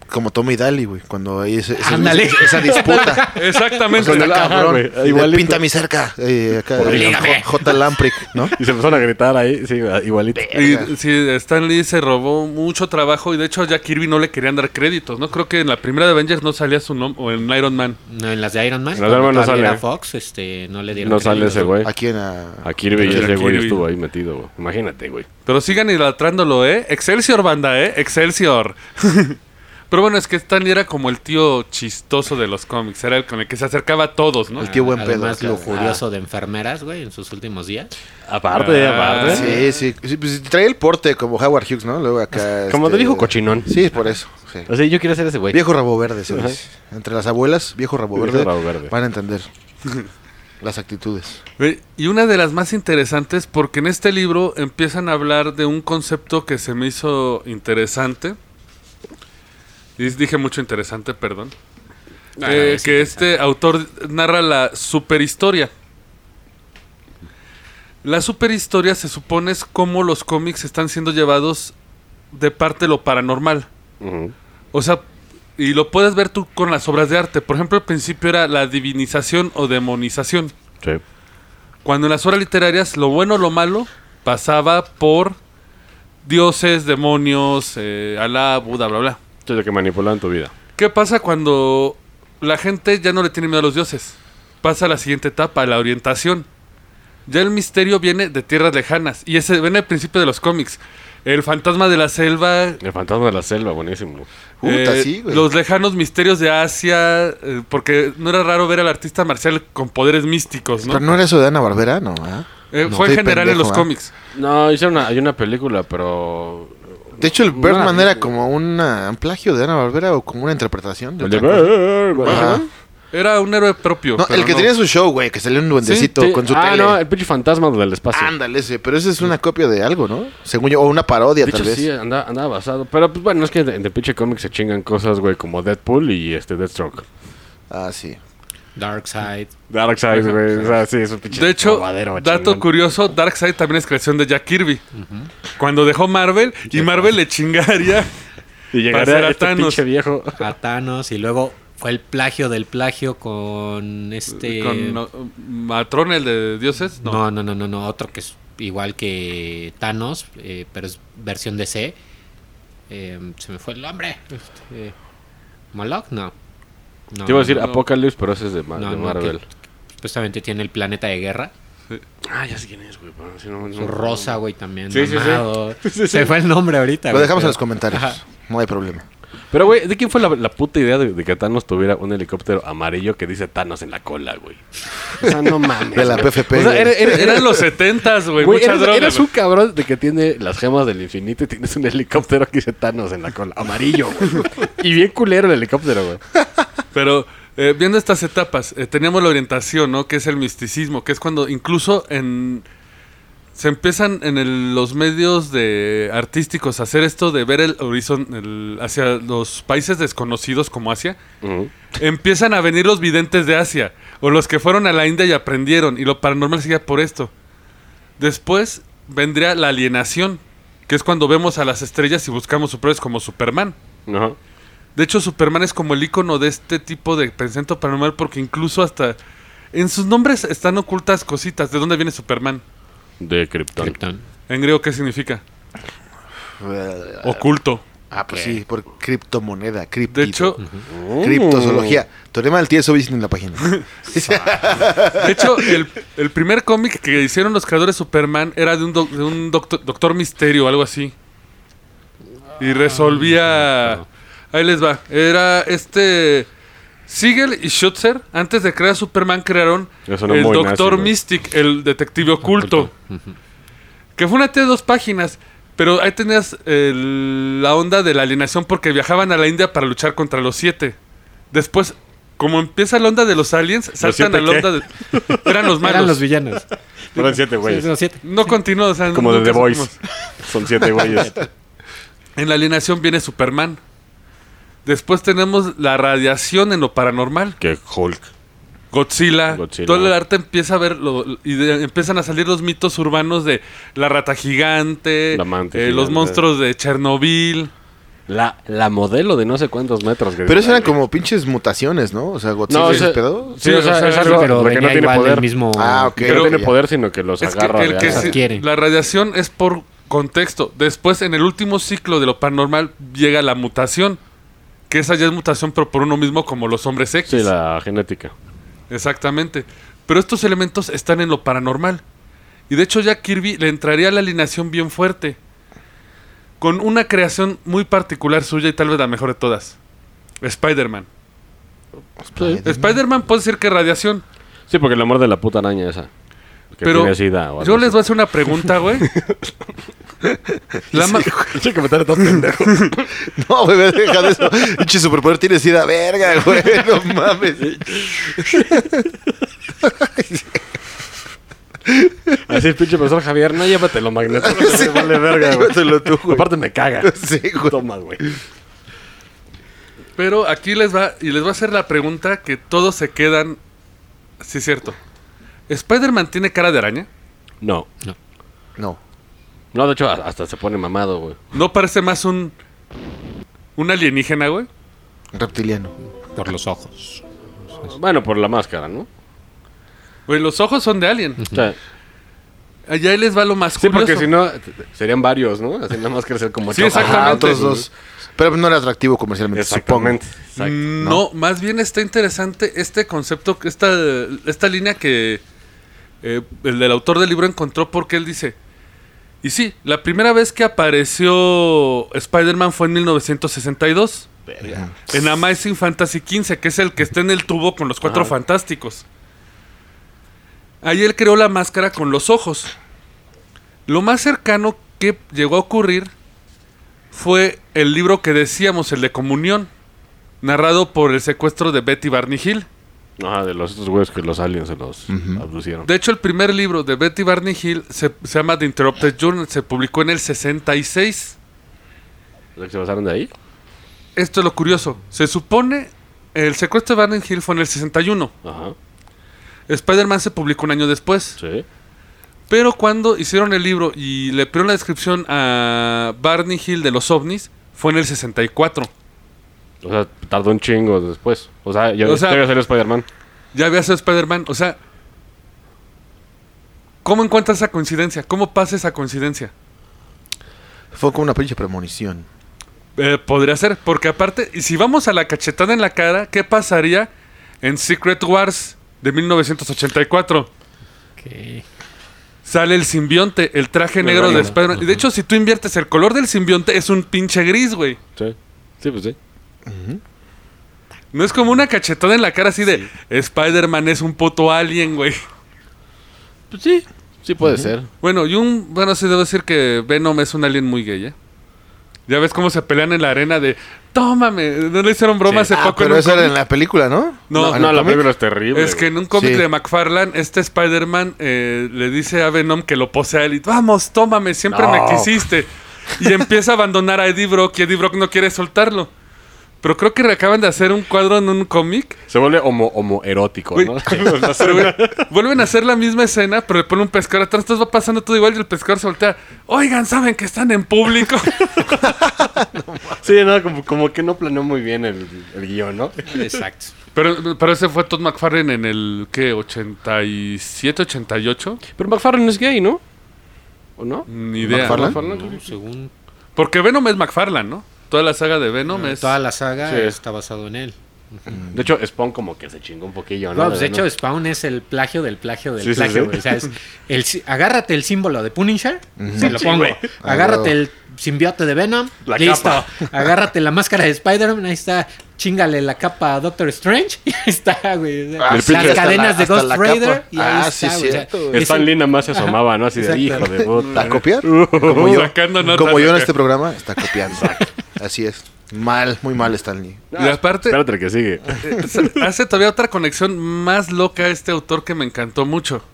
S4: como Tommy Daly, güey. Cuando hay ese- ese-
S5: Ándale.
S4: ese- esa disputa.
S2: Exactamente.
S4: Está
S3: Ajá, güey,
S4: cabrón.
S3: igualito.
S4: Pinta mi cerca. Eh, acá,
S5: Oblígame.
S4: J- J. Lamprick, ¿no?
S3: Y se empezaron a gritar ahí, sí, güey, igualito.
S2: Y sí, Stan Lee se robó mucho trabajo y de hecho a Jack Kirby no le querían dar créditos, ¿no? Creo que en la primera de Avengers no salía su nombre, o en Iron Man.
S5: No, en las de Iron Man.
S3: En las de Iron Man
S5: cuando
S3: no
S5: todavía
S3: sale.
S5: era Fox, este, no le dieron
S3: No sale
S5: crédito.
S3: ese güey.
S4: ¿A quién? A,
S3: A Kirby y
S2: Kirby.
S3: ese güey
S2: Kirby.
S3: estuvo ahí metido, güey. Imagínate, güey.
S2: Pero sigan idolatrándolo, ¿eh? Excelsior, banda, ¿eh? Excelsior. Pero bueno, es que Stan Lee era como el tío chistoso de los cómics, era el con el que se acercaba a todos, ¿no?
S4: El tío Pues buen pedo.
S5: Además,
S4: acá.
S5: lujurioso de enfermeras, güey, en sus últimos días.
S3: Aparte,
S2: Ah,
S3: aparte.
S4: Sí, sí. sí, pues, trae el porte como Howard Hughes, ¿no? Luego acá.
S3: Como te
S4: este,
S3: dijo cochinón.
S4: Sí, es por eso. sí.
S3: O sea, yo quiero ser ese güey.
S4: Viejo rabo verde, se dice. Entre las abuelas, viejo rabo
S3: Viejo
S4: verde,
S3: rabo verde.
S4: Van a entender las actitudes.
S2: Ve, Y una de las más interesantes, porque en este libro empiezan a hablar de un concepto que se me hizo interesante. Y dije mucho interesante, perdón. Eh,
S5: es
S2: que este autor narra la superhistoria. La superhistoria se supone es cómo los cómics están siendo llevados de parte de lo paranormal.
S3: Ujú.
S2: O sea, y lo puedes ver tú con las obras de arte. Por ejemplo, al principio era la divinización o demonización.
S3: Sí.
S2: Cuando en las obras literarias lo bueno o lo malo pasaba por dioses, demonios, eh, Alá, Buda, bla, bla.
S3: Esto es lo que manipulan tu vida.
S2: ¿Qué pasa cuando la gente ya no le tiene miedo a los dioses? Pasa a la siguiente etapa, la orientación. Ya el misterio viene de tierras lejanas y ese viene al principio de los cómics. El fantasma de la selva,
S3: El fantasma de la selva, buenísimo.
S4: Puta,
S2: eh,
S4: sí, güey.
S2: los lejanos misterios de Asia, eh, porque no era raro ver al artista marcial con poderes místicos, ¿no?
S4: Pero no era eso de Ana Barbera, no, ¿verdad?
S2: Eh,
S4: No,
S2: fue en
S4: estoy
S2: general en
S4: pendejo, ¿ah?
S2: los
S4: ¿verdad?
S2: cómics.
S3: No, hicieron una, hay una película, pero.
S4: De hecho, el
S3: No
S4: Birdman
S3: la vi,
S4: era
S3: güey.
S4: como una- un plagio de Ana Barbera o como una interpretación. de
S3: El de-
S4: otra cosa.
S3: Ajá.
S4: Ajá.
S2: Era un héroe propio.
S4: No,
S2: pero
S4: el que
S2: no.
S4: tenía su show, güey, que salió un duendecito
S3: Sí.
S4: con su
S3: ah,
S4: tele.
S3: no, el pinche fantasma del espacio.
S4: Ándale, ese. Pero esa es una copia de algo, ¿no? Según yo, o una parodia,
S3: De hecho,
S4: tal vez.
S2: eh.
S3: sí, andaba, andaba basado. Pero pues bueno, es que de, de pinche cómic se chingan cosas, güey, como Deadpool y este Deathstroke.
S4: Ah, sí.
S5: Darkseid.
S3: Darkseid, güey. O sea, sí, es un pinche.
S2: De hecho,
S3: robadero,
S2: dato
S3: chingón.
S2: curioso, Darkseid también es creación de Jack Kirby. Cuando dejó Marvel, y Marvel le chingaría.
S3: Y
S2: pasar
S3: llegaría
S2: a
S3: este
S2: Thanos.
S3: pinche viejo.
S5: a Thanos y luego fue el plagio del plagio con este
S2: Con
S5: no,
S2: no, Matrón, el de dioses. No.
S5: no no no no otro que es igual que Thanos eh, pero es versión DC Eh, se me fue el nombre este, Moloch no no
S3: Te iba a decir
S5: no,
S2: no.
S3: Apocalypse, pero ese es de, Ma-
S5: no,
S3: de
S5: no,
S3: Marvel.
S5: que supuestamente tiene el planeta de guerra
S3: Ah, ya sé quién es, güey. pero si no- no-
S5: su rosa güey también
S3: Mm. Sí, sí, sí.
S5: mamado. se fue el nombre ahorita
S4: Lo
S5: güey,
S4: dejamos en
S5: pero-
S4: los comentarios. No hay problema.
S3: Pero, güey, ¿de quién fue la, la puta idea de, de que Thanos tuviera un helicóptero amarillo que dice Thanos en la cola, güey? O sea, no mames.
S4: De la
S3: güey.
S4: PFP,
S3: O sea,
S4: güey.
S3: era- era- era-
S2: Eran los setentas, güey.
S3: güey,
S2: Mucha
S3: eres,
S2: droga.
S3: eres
S2: güey.
S3: un cabrón de que tiene las gemas del infinito y tienes un helicóptero que dice Thanos en la cola. Amarillo, güey. Y bien culero el helicóptero, güey.
S2: Pero eh, viendo estas etapas, eh, teníamos la orientación, ¿no? Que es el misticismo, que es cuando incluso en se empiezan en el- los medios de artísticos a hacer esto de ver el horizonte hacia los países desconocidos como Asia. Empiezan a venir los videntes de Asia o los que fueron a la India y aprendieron y lo paranormal seguía por esto. Después vendría la alienación, que es cuando vemos a las estrellas y buscamos superhéroes como Superman.
S3: No.
S2: De hecho, Superman es como el icono de este tipo de pensamiento paranormal porque incluso hasta en sus nombres están ocultas cositas. ¿De dónde viene Superman?
S3: De Krypton.
S5: Krypton.
S2: En griego, ¿qué significa? Oculto.
S4: Ah, pues sí, por criptomoneda, criptido. Uh.
S2: De hecho,
S4: criptozoología. Teorema del tieso dicen en la página.
S2: de hecho el, el primer cómic que hicieron los creadores de Superman era de un, doc- de un doctor, doctor misterio o algo así.
S3: Ah.
S2: Y resolvía... Ahí les va. Era este... Siegel y Schutzer, antes de crear Superman, crearon
S3: Ya sonó
S2: el
S3: muy nazi,
S2: Doctor
S3: güey.
S2: Mystic, el detective oculto. Que fue una T de dos páginas. Pero ahí tenías el- la onda de la alienación porque viajaban a la India para luchar contra los siete. Después, como empieza la onda de los aliens, saltan
S3: siete
S2: a la
S3: qué?
S2: onda de. Eran los malos.
S5: eran los villanos
S3: Fueron siete güeyes.
S5: Sí, los siete.
S2: No continúa, o sea,
S3: Como de
S2: nunca
S3: The Voice.
S2: supimos.
S3: Son siete güeyes.
S2: En la alienación viene Superman. Después tenemos la radiación en lo paranormal.
S3: que Hulk.
S2: Godzilla,
S3: Godzilla.
S2: todo el arte empieza a ver lo- y de- empiezan a salir los mitos urbanos de la rata gigante,
S3: La manta
S2: eh,
S3: gigante.
S2: los monstruos de Chernobyl.
S3: La, la modelo de no sé cuántos metros. que-
S4: Pero eso eran como pinches mutaciones, ¿no? O sea, Godzilla
S3: No,
S4: no,
S3: o sea,
S4: pedo.
S3: Sí, o sea, es algo
S5: pero
S3: porque no
S5: venía
S3: tiene
S5: igual
S3: poder.
S5: del mismo
S4: Ah, ok.
S3: Que no
S2: Pero-
S3: tiene
S4: ya.
S3: poder, sino que los
S2: Es que
S3: agarra.
S2: el
S3: de
S2: que
S3: algo.
S2: sí-
S5: adquiere.
S2: la radiación es por contexto. Después, en el último ciclo de lo paranormal, llega la mutación. Que esa ya es mutación, pero por uno mismo, como los hombres X.
S3: Sí, la genética.
S2: Exactamente. Pero estos elementos están en lo paranormal. Y de hecho ya Kirby le entraría a la alineación bien fuerte. Con una creación muy particular suya y tal vez la mejor de todas. Spider-Man.
S3: pues.
S2: Spider-Man puede ser que radiación.
S3: Sí, porque el amor de la puta araña esa. Que
S2: pero
S3: tiene sida o algo
S2: yo les
S3: así.
S2: voy a hacer una pregunta, güey. La ma-
S3: Pinche comentario tan pendejo.
S4: No, güey, deja de eso. Pinche superpoder tienes ida verga, güey. No mames.
S3: Así el pinche profesor Javier, no llévatelo, Magneto. Sí, vale verga, güey.
S4: Llévatelo tú, güey.
S3: Aparte me caga.
S4: Sí, güey.
S3: Toma, güey.
S2: Pero aquí les va, y les va a hacer la pregunta que todos se quedan. Sí, cierto. ¿Spider-Man tiene cara de araña?
S3: No.
S4: No.
S3: No, de hecho, a- hasta se pone mamado, güey.
S2: ¿No parece más un. un alienígena, güey?
S4: Reptiliano.
S5: por los ojos
S3: Bueno, por la máscara, ¿no?
S2: Güey, Pues los ojos son de alien.
S3: O sea,
S2: Allá ahí les va lo más
S3: sí,
S2: curioso.
S3: porque si no, t- t- serían varios, ¿no? Así nada más crecer como
S2: Sí,
S3: ocho.
S2: exactamente.
S4: Ah,
S3: Ajá,
S4: otros dos. Pero no era atractivo comercialmente, supongo.
S3: Exactamente. Exacto.
S2: No, más bien está interesante este concepto, esta, esta línea que eh, el del autor del libro encontró porque él dice, y sí, la primera vez que apareció Spider-Man fue en 1962, en Amazing Fantasy XV, que es el que está en el tubo con los cuatro
S3: Ah.
S2: fantásticos. Ahí él creó la máscara con los ojos. Lo más cercano que llegó a ocurrir fue el libro que decíamos, el de Comunión narrado por el secuestro de Betty Barney Hill.
S3: Ajá, de los estos güeyes que los aliens se los abducieron.
S2: De hecho, el primer libro de Betty Barney Hill se, se llama The Interrupted Journal. Se publicó en el 66.
S3: ¿O sea, que se basaron de ahí?
S2: Esto es lo curioso. Se supone el secuestro de Barney Hill fue en el 61.
S3: Ajá,
S2: Spider-Man se publicó un año después.
S3: sí.
S2: Pero cuando hicieron el libro y le pidieron la descripción a Barney Hill de los ovnis, fue en el 64.
S3: O sea, tardó un chingo después. O sea, ya
S2: O sea-
S3: todavía salió Spider-Man.
S2: Ya había sido Spider-Man. O sea, ¿cómo encuentras esa coincidencia? ¿Cómo pasa esa coincidencia?
S4: Fue como una pinche premonición.
S2: Eh, podría ser, porque aparte, y si vamos a la cachetada en la cara, ¿qué pasaría en Secret Wars de 1984? Sale el simbionte, el traje
S3: Me
S2: negro de
S3: imagino.
S2: Spider-Man. Y de hecho, si tú inviertes el color del simbionte, es un pinche gris, güey.
S3: Sí. Sí, pues sí.
S2: No es como una cachetada en la cara así de Spider-Man es un puto alien, güey.
S3: Pues sí. Sí puede ser.
S2: Bueno, y un. Bueno, sí debo decir que Venom es un alien muy gay, ¿eh? Ya ves cómo se pelean en la arena de. Tómame. No le hicieron broma hace
S4: Ah,
S2: poco. en
S4: pero
S2: un
S4: eso era
S2: cómic.
S4: en la película, ¿no?
S2: No,
S4: ¿En
S3: No,
S4: el
S3: la
S4: cómic?
S3: película es terrible.
S2: Es que
S3: güey.
S2: en un cómic
S4: Sí.
S2: de McFarlane, este Spider-Man eh, le dice a Venom que lo posea él y vamos, tómame, siempre me
S3: No.
S2: quisiste. Y empieza a abandonar a Eddie Brock y Eddie Brock no quiere soltarlo. Pero creo que le acaban de hacer un cuadro en un cómic.
S3: Se vuelve homo, homoerótico,
S2: Güey,
S3: ¿no?
S2: pero, güey, Vuelven a hacer la misma escena, pero le ponen un pescador atrás. Entonces va pasando todo igual y el pescador se voltea. Oigan, ¿saben que están en público?
S3: sí, no, como, como que no planeó muy bien el, el guión, ¿no?
S5: Exacto.
S2: pero, pero ese fue Todd McFarlane en el, ¿qué? ¿87, 88?
S3: Pero McFarlane es gay, ¿no? ¿O no?
S2: Ni idea.
S4: ¿McFarlane?
S3: McFarlane,
S5: Según
S2: Porque Venom es McFarlane, ¿no? Toda la saga de Venom es...
S5: toda la saga
S3: Sí.
S5: está basado en él.
S3: De hecho, Spawn como que se chingó un poquillo, Ah, ¿no?
S5: No, pues de hecho Spawn es el plagio del plagio del
S3: Sí, sí,
S5: plagio.
S3: sí.
S5: güey. O sea, es el, si- agárrate el símbolo de Punisher, se lo pongo.
S4: Ah,
S5: Agárrate
S4: huevo.
S5: el simbiote de Venom,
S3: La
S5: listo.
S3: capa.
S5: Agárrate la máscara de Spider-Man, ahí está. Chingale la capa a Doctor Strange y ahí está, güey. O sea,
S4: Ah,
S3: el pinche-
S5: las cadenas
S4: hasta la-
S5: de Ghost
S4: hasta la
S5: Rider
S4: capa.
S5: y ahí
S4: Ah, sí,
S5: está, güey. O sea,
S4: cierto, güey.
S5: es
S3: Stan
S5: un-
S3: Lee nada más se asomaba, ¿no? Así de hijo
S5: Exacto.
S3: de puta.
S4: ¿A copiar?
S2: Uh,
S4: Como yo,
S2: sacando notas
S4: como yo en
S2: acá.
S4: este programa, está copiando. Así es. Mal, muy mal Stanley.
S2: Y aparte,
S3: Espérate el que sigue.
S2: eh, hace todavía otra conexión más loca este autor que me encantó mucho.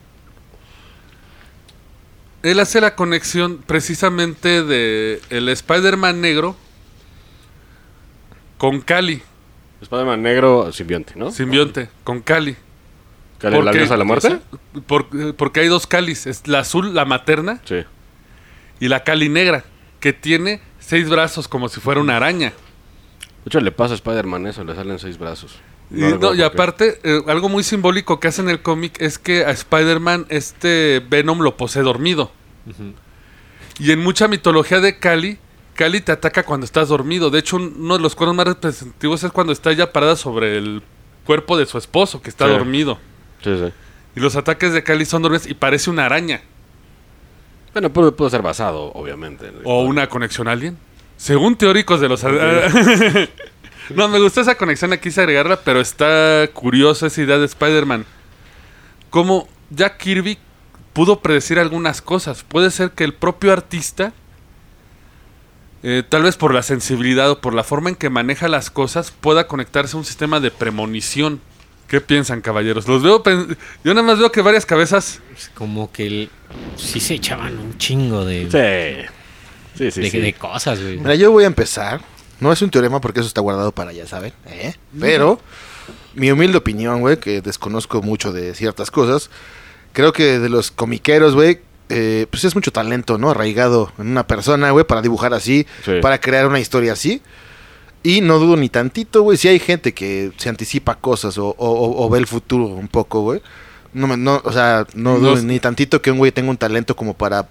S2: Él hace la conexión precisamente de el Spider-Man negro con Cali,
S3: Spider-Man negro simbionte,
S2: Oh.
S3: ¿no?
S2: simbionte, con Cali.
S3: ¿Que le la
S2: Porque-
S3: diosa de la muerte?
S2: Por- eh, porque hay dos Calis, es la azul, la materna,
S3: Sí.
S2: y la Cali negra, que tiene seis brazos como si fuera una araña.
S3: De hecho, le pasa a Spider-Man eso, le salen seis brazos.
S2: Y,
S3: No
S2: no,
S3: recuerdo
S2: y
S3: por qué.
S2: aparte, eh, algo muy simbólico que hace en el cómic es que a Spider-Man este Venom lo posee dormido. Y en mucha mitología de Cali, Cali te ataca cuando estás dormido. De hecho, un- uno de los cuernos más representativos es cuando está ya parada sobre el cuerpo de su esposo, que está
S3: Sí.
S2: dormido.
S3: Sí, sí.
S2: Y los ataques de Cali son dormidos y parece una araña.
S3: Bueno, pudo, pudo ser basado, obviamente. en-
S2: O una conexión alien. Según teóricos de los... no, me gustó esa conexión, aquí quise agregarla, pero está curiosa esa idea de Spider-Man. Como Jack Kirby pudo predecir algunas cosas. Puede ser que el propio artista, eh, tal vez por la sensibilidad o por la forma en que maneja las cosas, pueda conectarse a un sistema de premonición. ¿Qué piensan, caballeros? Los veo... pen- Yo nada más veo que varias cabezas...
S5: es como que el- sí se echaban un chingo de,
S3: Sí. Sí, sí,
S5: de,
S3: sí.
S5: de cosas, güey.
S4: Mira, yo voy a empezar. No es un teorema porque eso está guardado para ya saben. ¿eh? Pero mi humilde opinión, güey, que desconozco mucho de ciertas cosas. Creo que de los comiqueros, güey, eh, pues es mucho talento, ¿no? Arraigado en una persona, güey, para dibujar así,
S3: Sí.
S4: para crear una historia así. Y no dudo ni tantito, güey, si hay gente que se anticipa cosas o, o- o- o ve el futuro un poco, güey. No, me- no, o sea, no dudo
S2: No-
S4: ni tantito que un güey tenga un talento como para,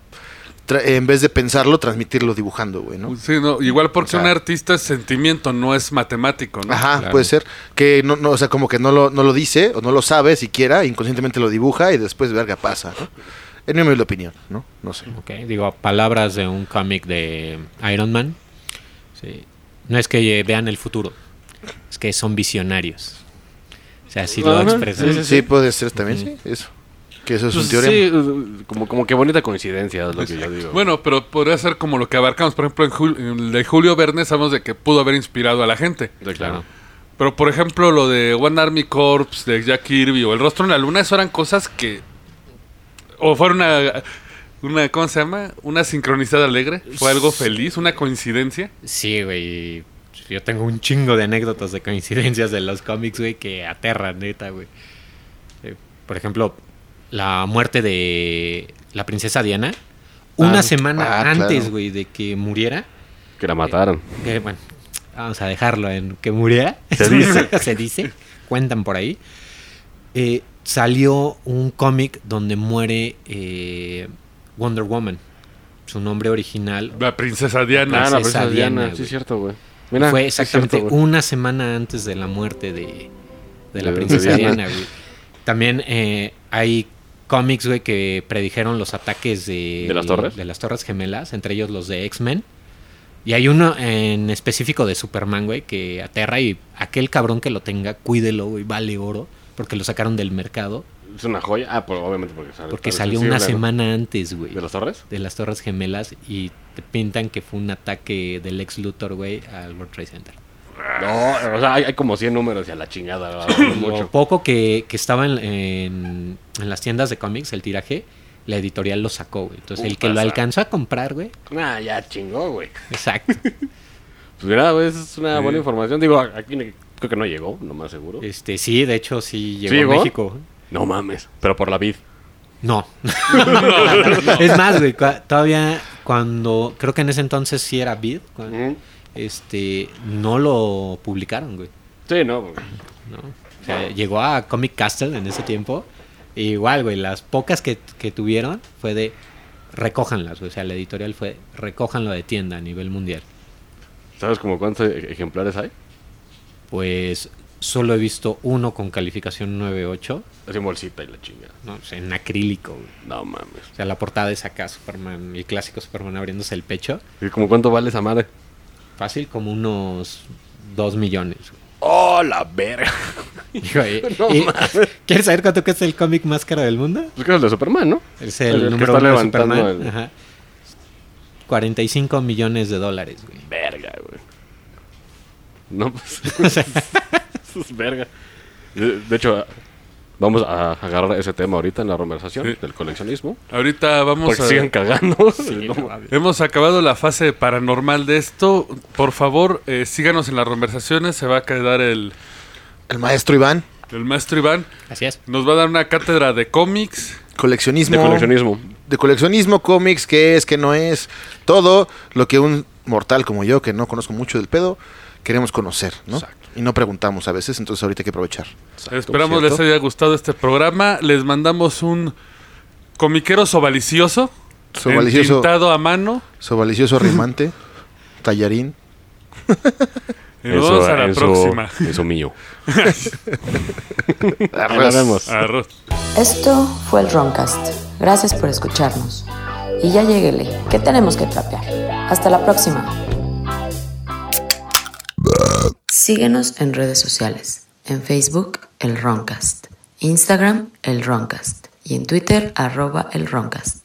S4: tra- en vez de pensarlo, transmitirlo dibujando, güey, ¿no?
S2: Sí, no, igual porque
S4: O sea-
S2: un artista es sentimiento, no es matemático, ¿no?
S4: Ajá,
S5: Claro.
S4: puede ser. Que no, no, o sea, como que no lo, no lo dice o no lo sabe siquiera, inconscientemente lo dibuja y después verga pasa, ¿no? En mi humilde opinión, ¿no? No sé.
S5: Ok, digo, palabras de un cómic de Iron Man. Sí. No es que eh, vean el futuro, es que son visionarios. O sea, así lo
S3: Ajá,
S5: expresan.
S4: Sí, puede ser también, sí, eso. Que eso es
S3: Pues
S4: un teorema.
S3: sí, como, como que bonita coincidencia es lo que yo digo.
S2: Bueno, pero podría ser como lo que abarcamos, por ejemplo, en Jul- en el de Julio Verne, sabemos de que pudo haber inspirado a la gente.
S3: Sí, claro.
S5: Claro.
S2: Pero por ejemplo, lo de One Army Corps, de Jack Kirby o El Rostro en la Luna, eso eran cosas que. O fueron una. una ¿Cómo se llama? Una sincronizada alegre. Fue algo feliz, una coincidencia.
S5: Sí, güey. Yo tengo un chingo de anécdotas de coincidencias de los cómics, güey, que aterran, neta, güey. Eh, Por ejemplo, la muerte de la princesa Diana. Una
S4: Ah,
S5: semana
S4: ah, claro.
S5: antes, güey, de que muriera.
S3: Que la mataron.
S5: que, bueno, vamos a dejarlo en que muriera.
S3: Se dice.
S5: Se dice, Cuentan por ahí. Eh, salió un cómic donde muere eh, Wonder Woman. Su nombre original
S2: La princesa Diana.
S3: Ah, la
S5: Princesa
S3: princesa Diana.
S5: Diana,
S3: Sí,
S5: güey.
S3: es cierto, güey. Mira,
S5: fue
S3: sí es
S5: exactamente
S3: cierto, güey.
S5: una semana antes de la muerte de, de
S3: De- de
S5: la princesa
S3: Diana.
S5: Diana, güey. También eh, hay cómics, güey, que predijeron los ataques de,
S3: ¿De las torres?
S5: de las torres gemelas, entre ellos los de X-Men. Y hay uno en específico de Superman, güey, que aterra y aquel cabrón que lo tenga, cuídelo, güey, vale oro, porque lo sacaron del mercado,
S3: Es una joya. Ah, por- obviamente porque salió. tal
S5: porque
S3: vez
S5: salió
S3: sensible,
S5: una
S3: ¿no?
S5: semana antes, güey
S3: ¿De las torres?
S5: de las Torres Gemelas y te pintan que fue un ataque del ex Luthor, güey, al World Trade Center. Ah.
S3: No, o sea, hay, hay como 100 números y a la chingada. güey,
S5: Lo
S3: mucho.
S5: poco que, que estaba en, en- en las tiendas de cómics, el tiraje, la editorial lo sacó, güey. Entonces, el que lo
S3: Putaza.
S5: alcanzó a comprar, güey.
S3: Nah, Ah, ya chingó, güey.
S5: Exacto.
S3: Pues mira, güey, es una
S2: Sí.
S3: buena información. Digo, aquí no- creo que no llegó, no más seguro.
S5: Este, sí, de hecho, sí llegó,
S3: ¿Sí llegó?
S5: a México.
S3: No mames, pero por la vid.
S5: No. Es más, güey, cua- todavía cuando, creo que en ese entonces sí era Bid, cua- este, no lo publicaron, güey.
S3: Sí, no, güey.
S5: ¿no? O sea, llegó a Comic Castle en ese tiempo. e igual, güey, las pocas que, que tuvieron fue de recójanlas, güey. O sea, la editorial fue recójanlo de tienda a nivel mundial.
S3: ¿Sabes como cuántos e- ejemplares hay?
S5: Pues solo he visto uno con calificación 9.8,
S3: Así en bolsita y la chingada.
S5: ¿no? O sea, en acrílico, güey.
S3: No mames.
S5: O sea, la portada es acá, Superman, el clásico Superman abriéndose el pecho.
S3: ¿Y como cuánto vale esa madre?
S5: Fácil, como unos 2 millones, güey.
S3: ¡Oh, la verga!
S5: Digo, eh,
S3: No
S5: eh, ¿Quieres saber cuánto cuesta el cómic más caro del mundo?
S3: Pues que es el de Superman, ¿no?
S5: Es el,
S3: que
S5: número
S3: está
S5: uno de
S3: levantando
S5: Superman.
S3: el-
S5: Ajá. 45 millones de dólares, güey.
S3: Verga, güey. No, pues. eso es verga. De de hecho, vamos a agarrar ese tema ahorita en la conversación
S2: Sí.
S3: del coleccionismo.
S2: Ahorita vamos
S3: Porque
S2: a.
S3: sigan cagando. No,
S2: Hemos acabado la fase paranormal de esto. Por favor, eh, síganos en las conversaciones. Se va a quedar el,
S4: El maestro Iván,
S2: el maestro Iván.
S5: Así es.
S2: Nos va a dar una cátedra de cómics.
S4: coleccionismo.
S3: de coleccionismo.
S4: de coleccionismo, cómics, qué es, qué no es, todo lo que un mortal como yo, que no conozco mucho del pedo, queremos conocer, ¿no? Y no preguntamos a veces, entonces ahorita hay que aprovechar.
S2: Esperamos
S4: ¿cierto?
S2: les haya gustado este programa. Les mandamos un comiquero sobalicioso.
S4: Sobalicioso.
S2: Pintado a mano.
S4: Sobalicioso rimante, tallarín.
S2: Y nos vemos a la
S3: eso-
S2: próxima.
S3: Eso mío.
S4: Arras.
S3: Ganamos.
S2: Arroz.
S1: Esto fue el Roncast. Gracias por escucharnos. Y ya lleguele, que tenemos que trapear. Hasta la próxima. Síguenos en redes sociales. En Facebook, el Roncast. Instagram, el Roncast. Y en Twitter, arroba el Roncast.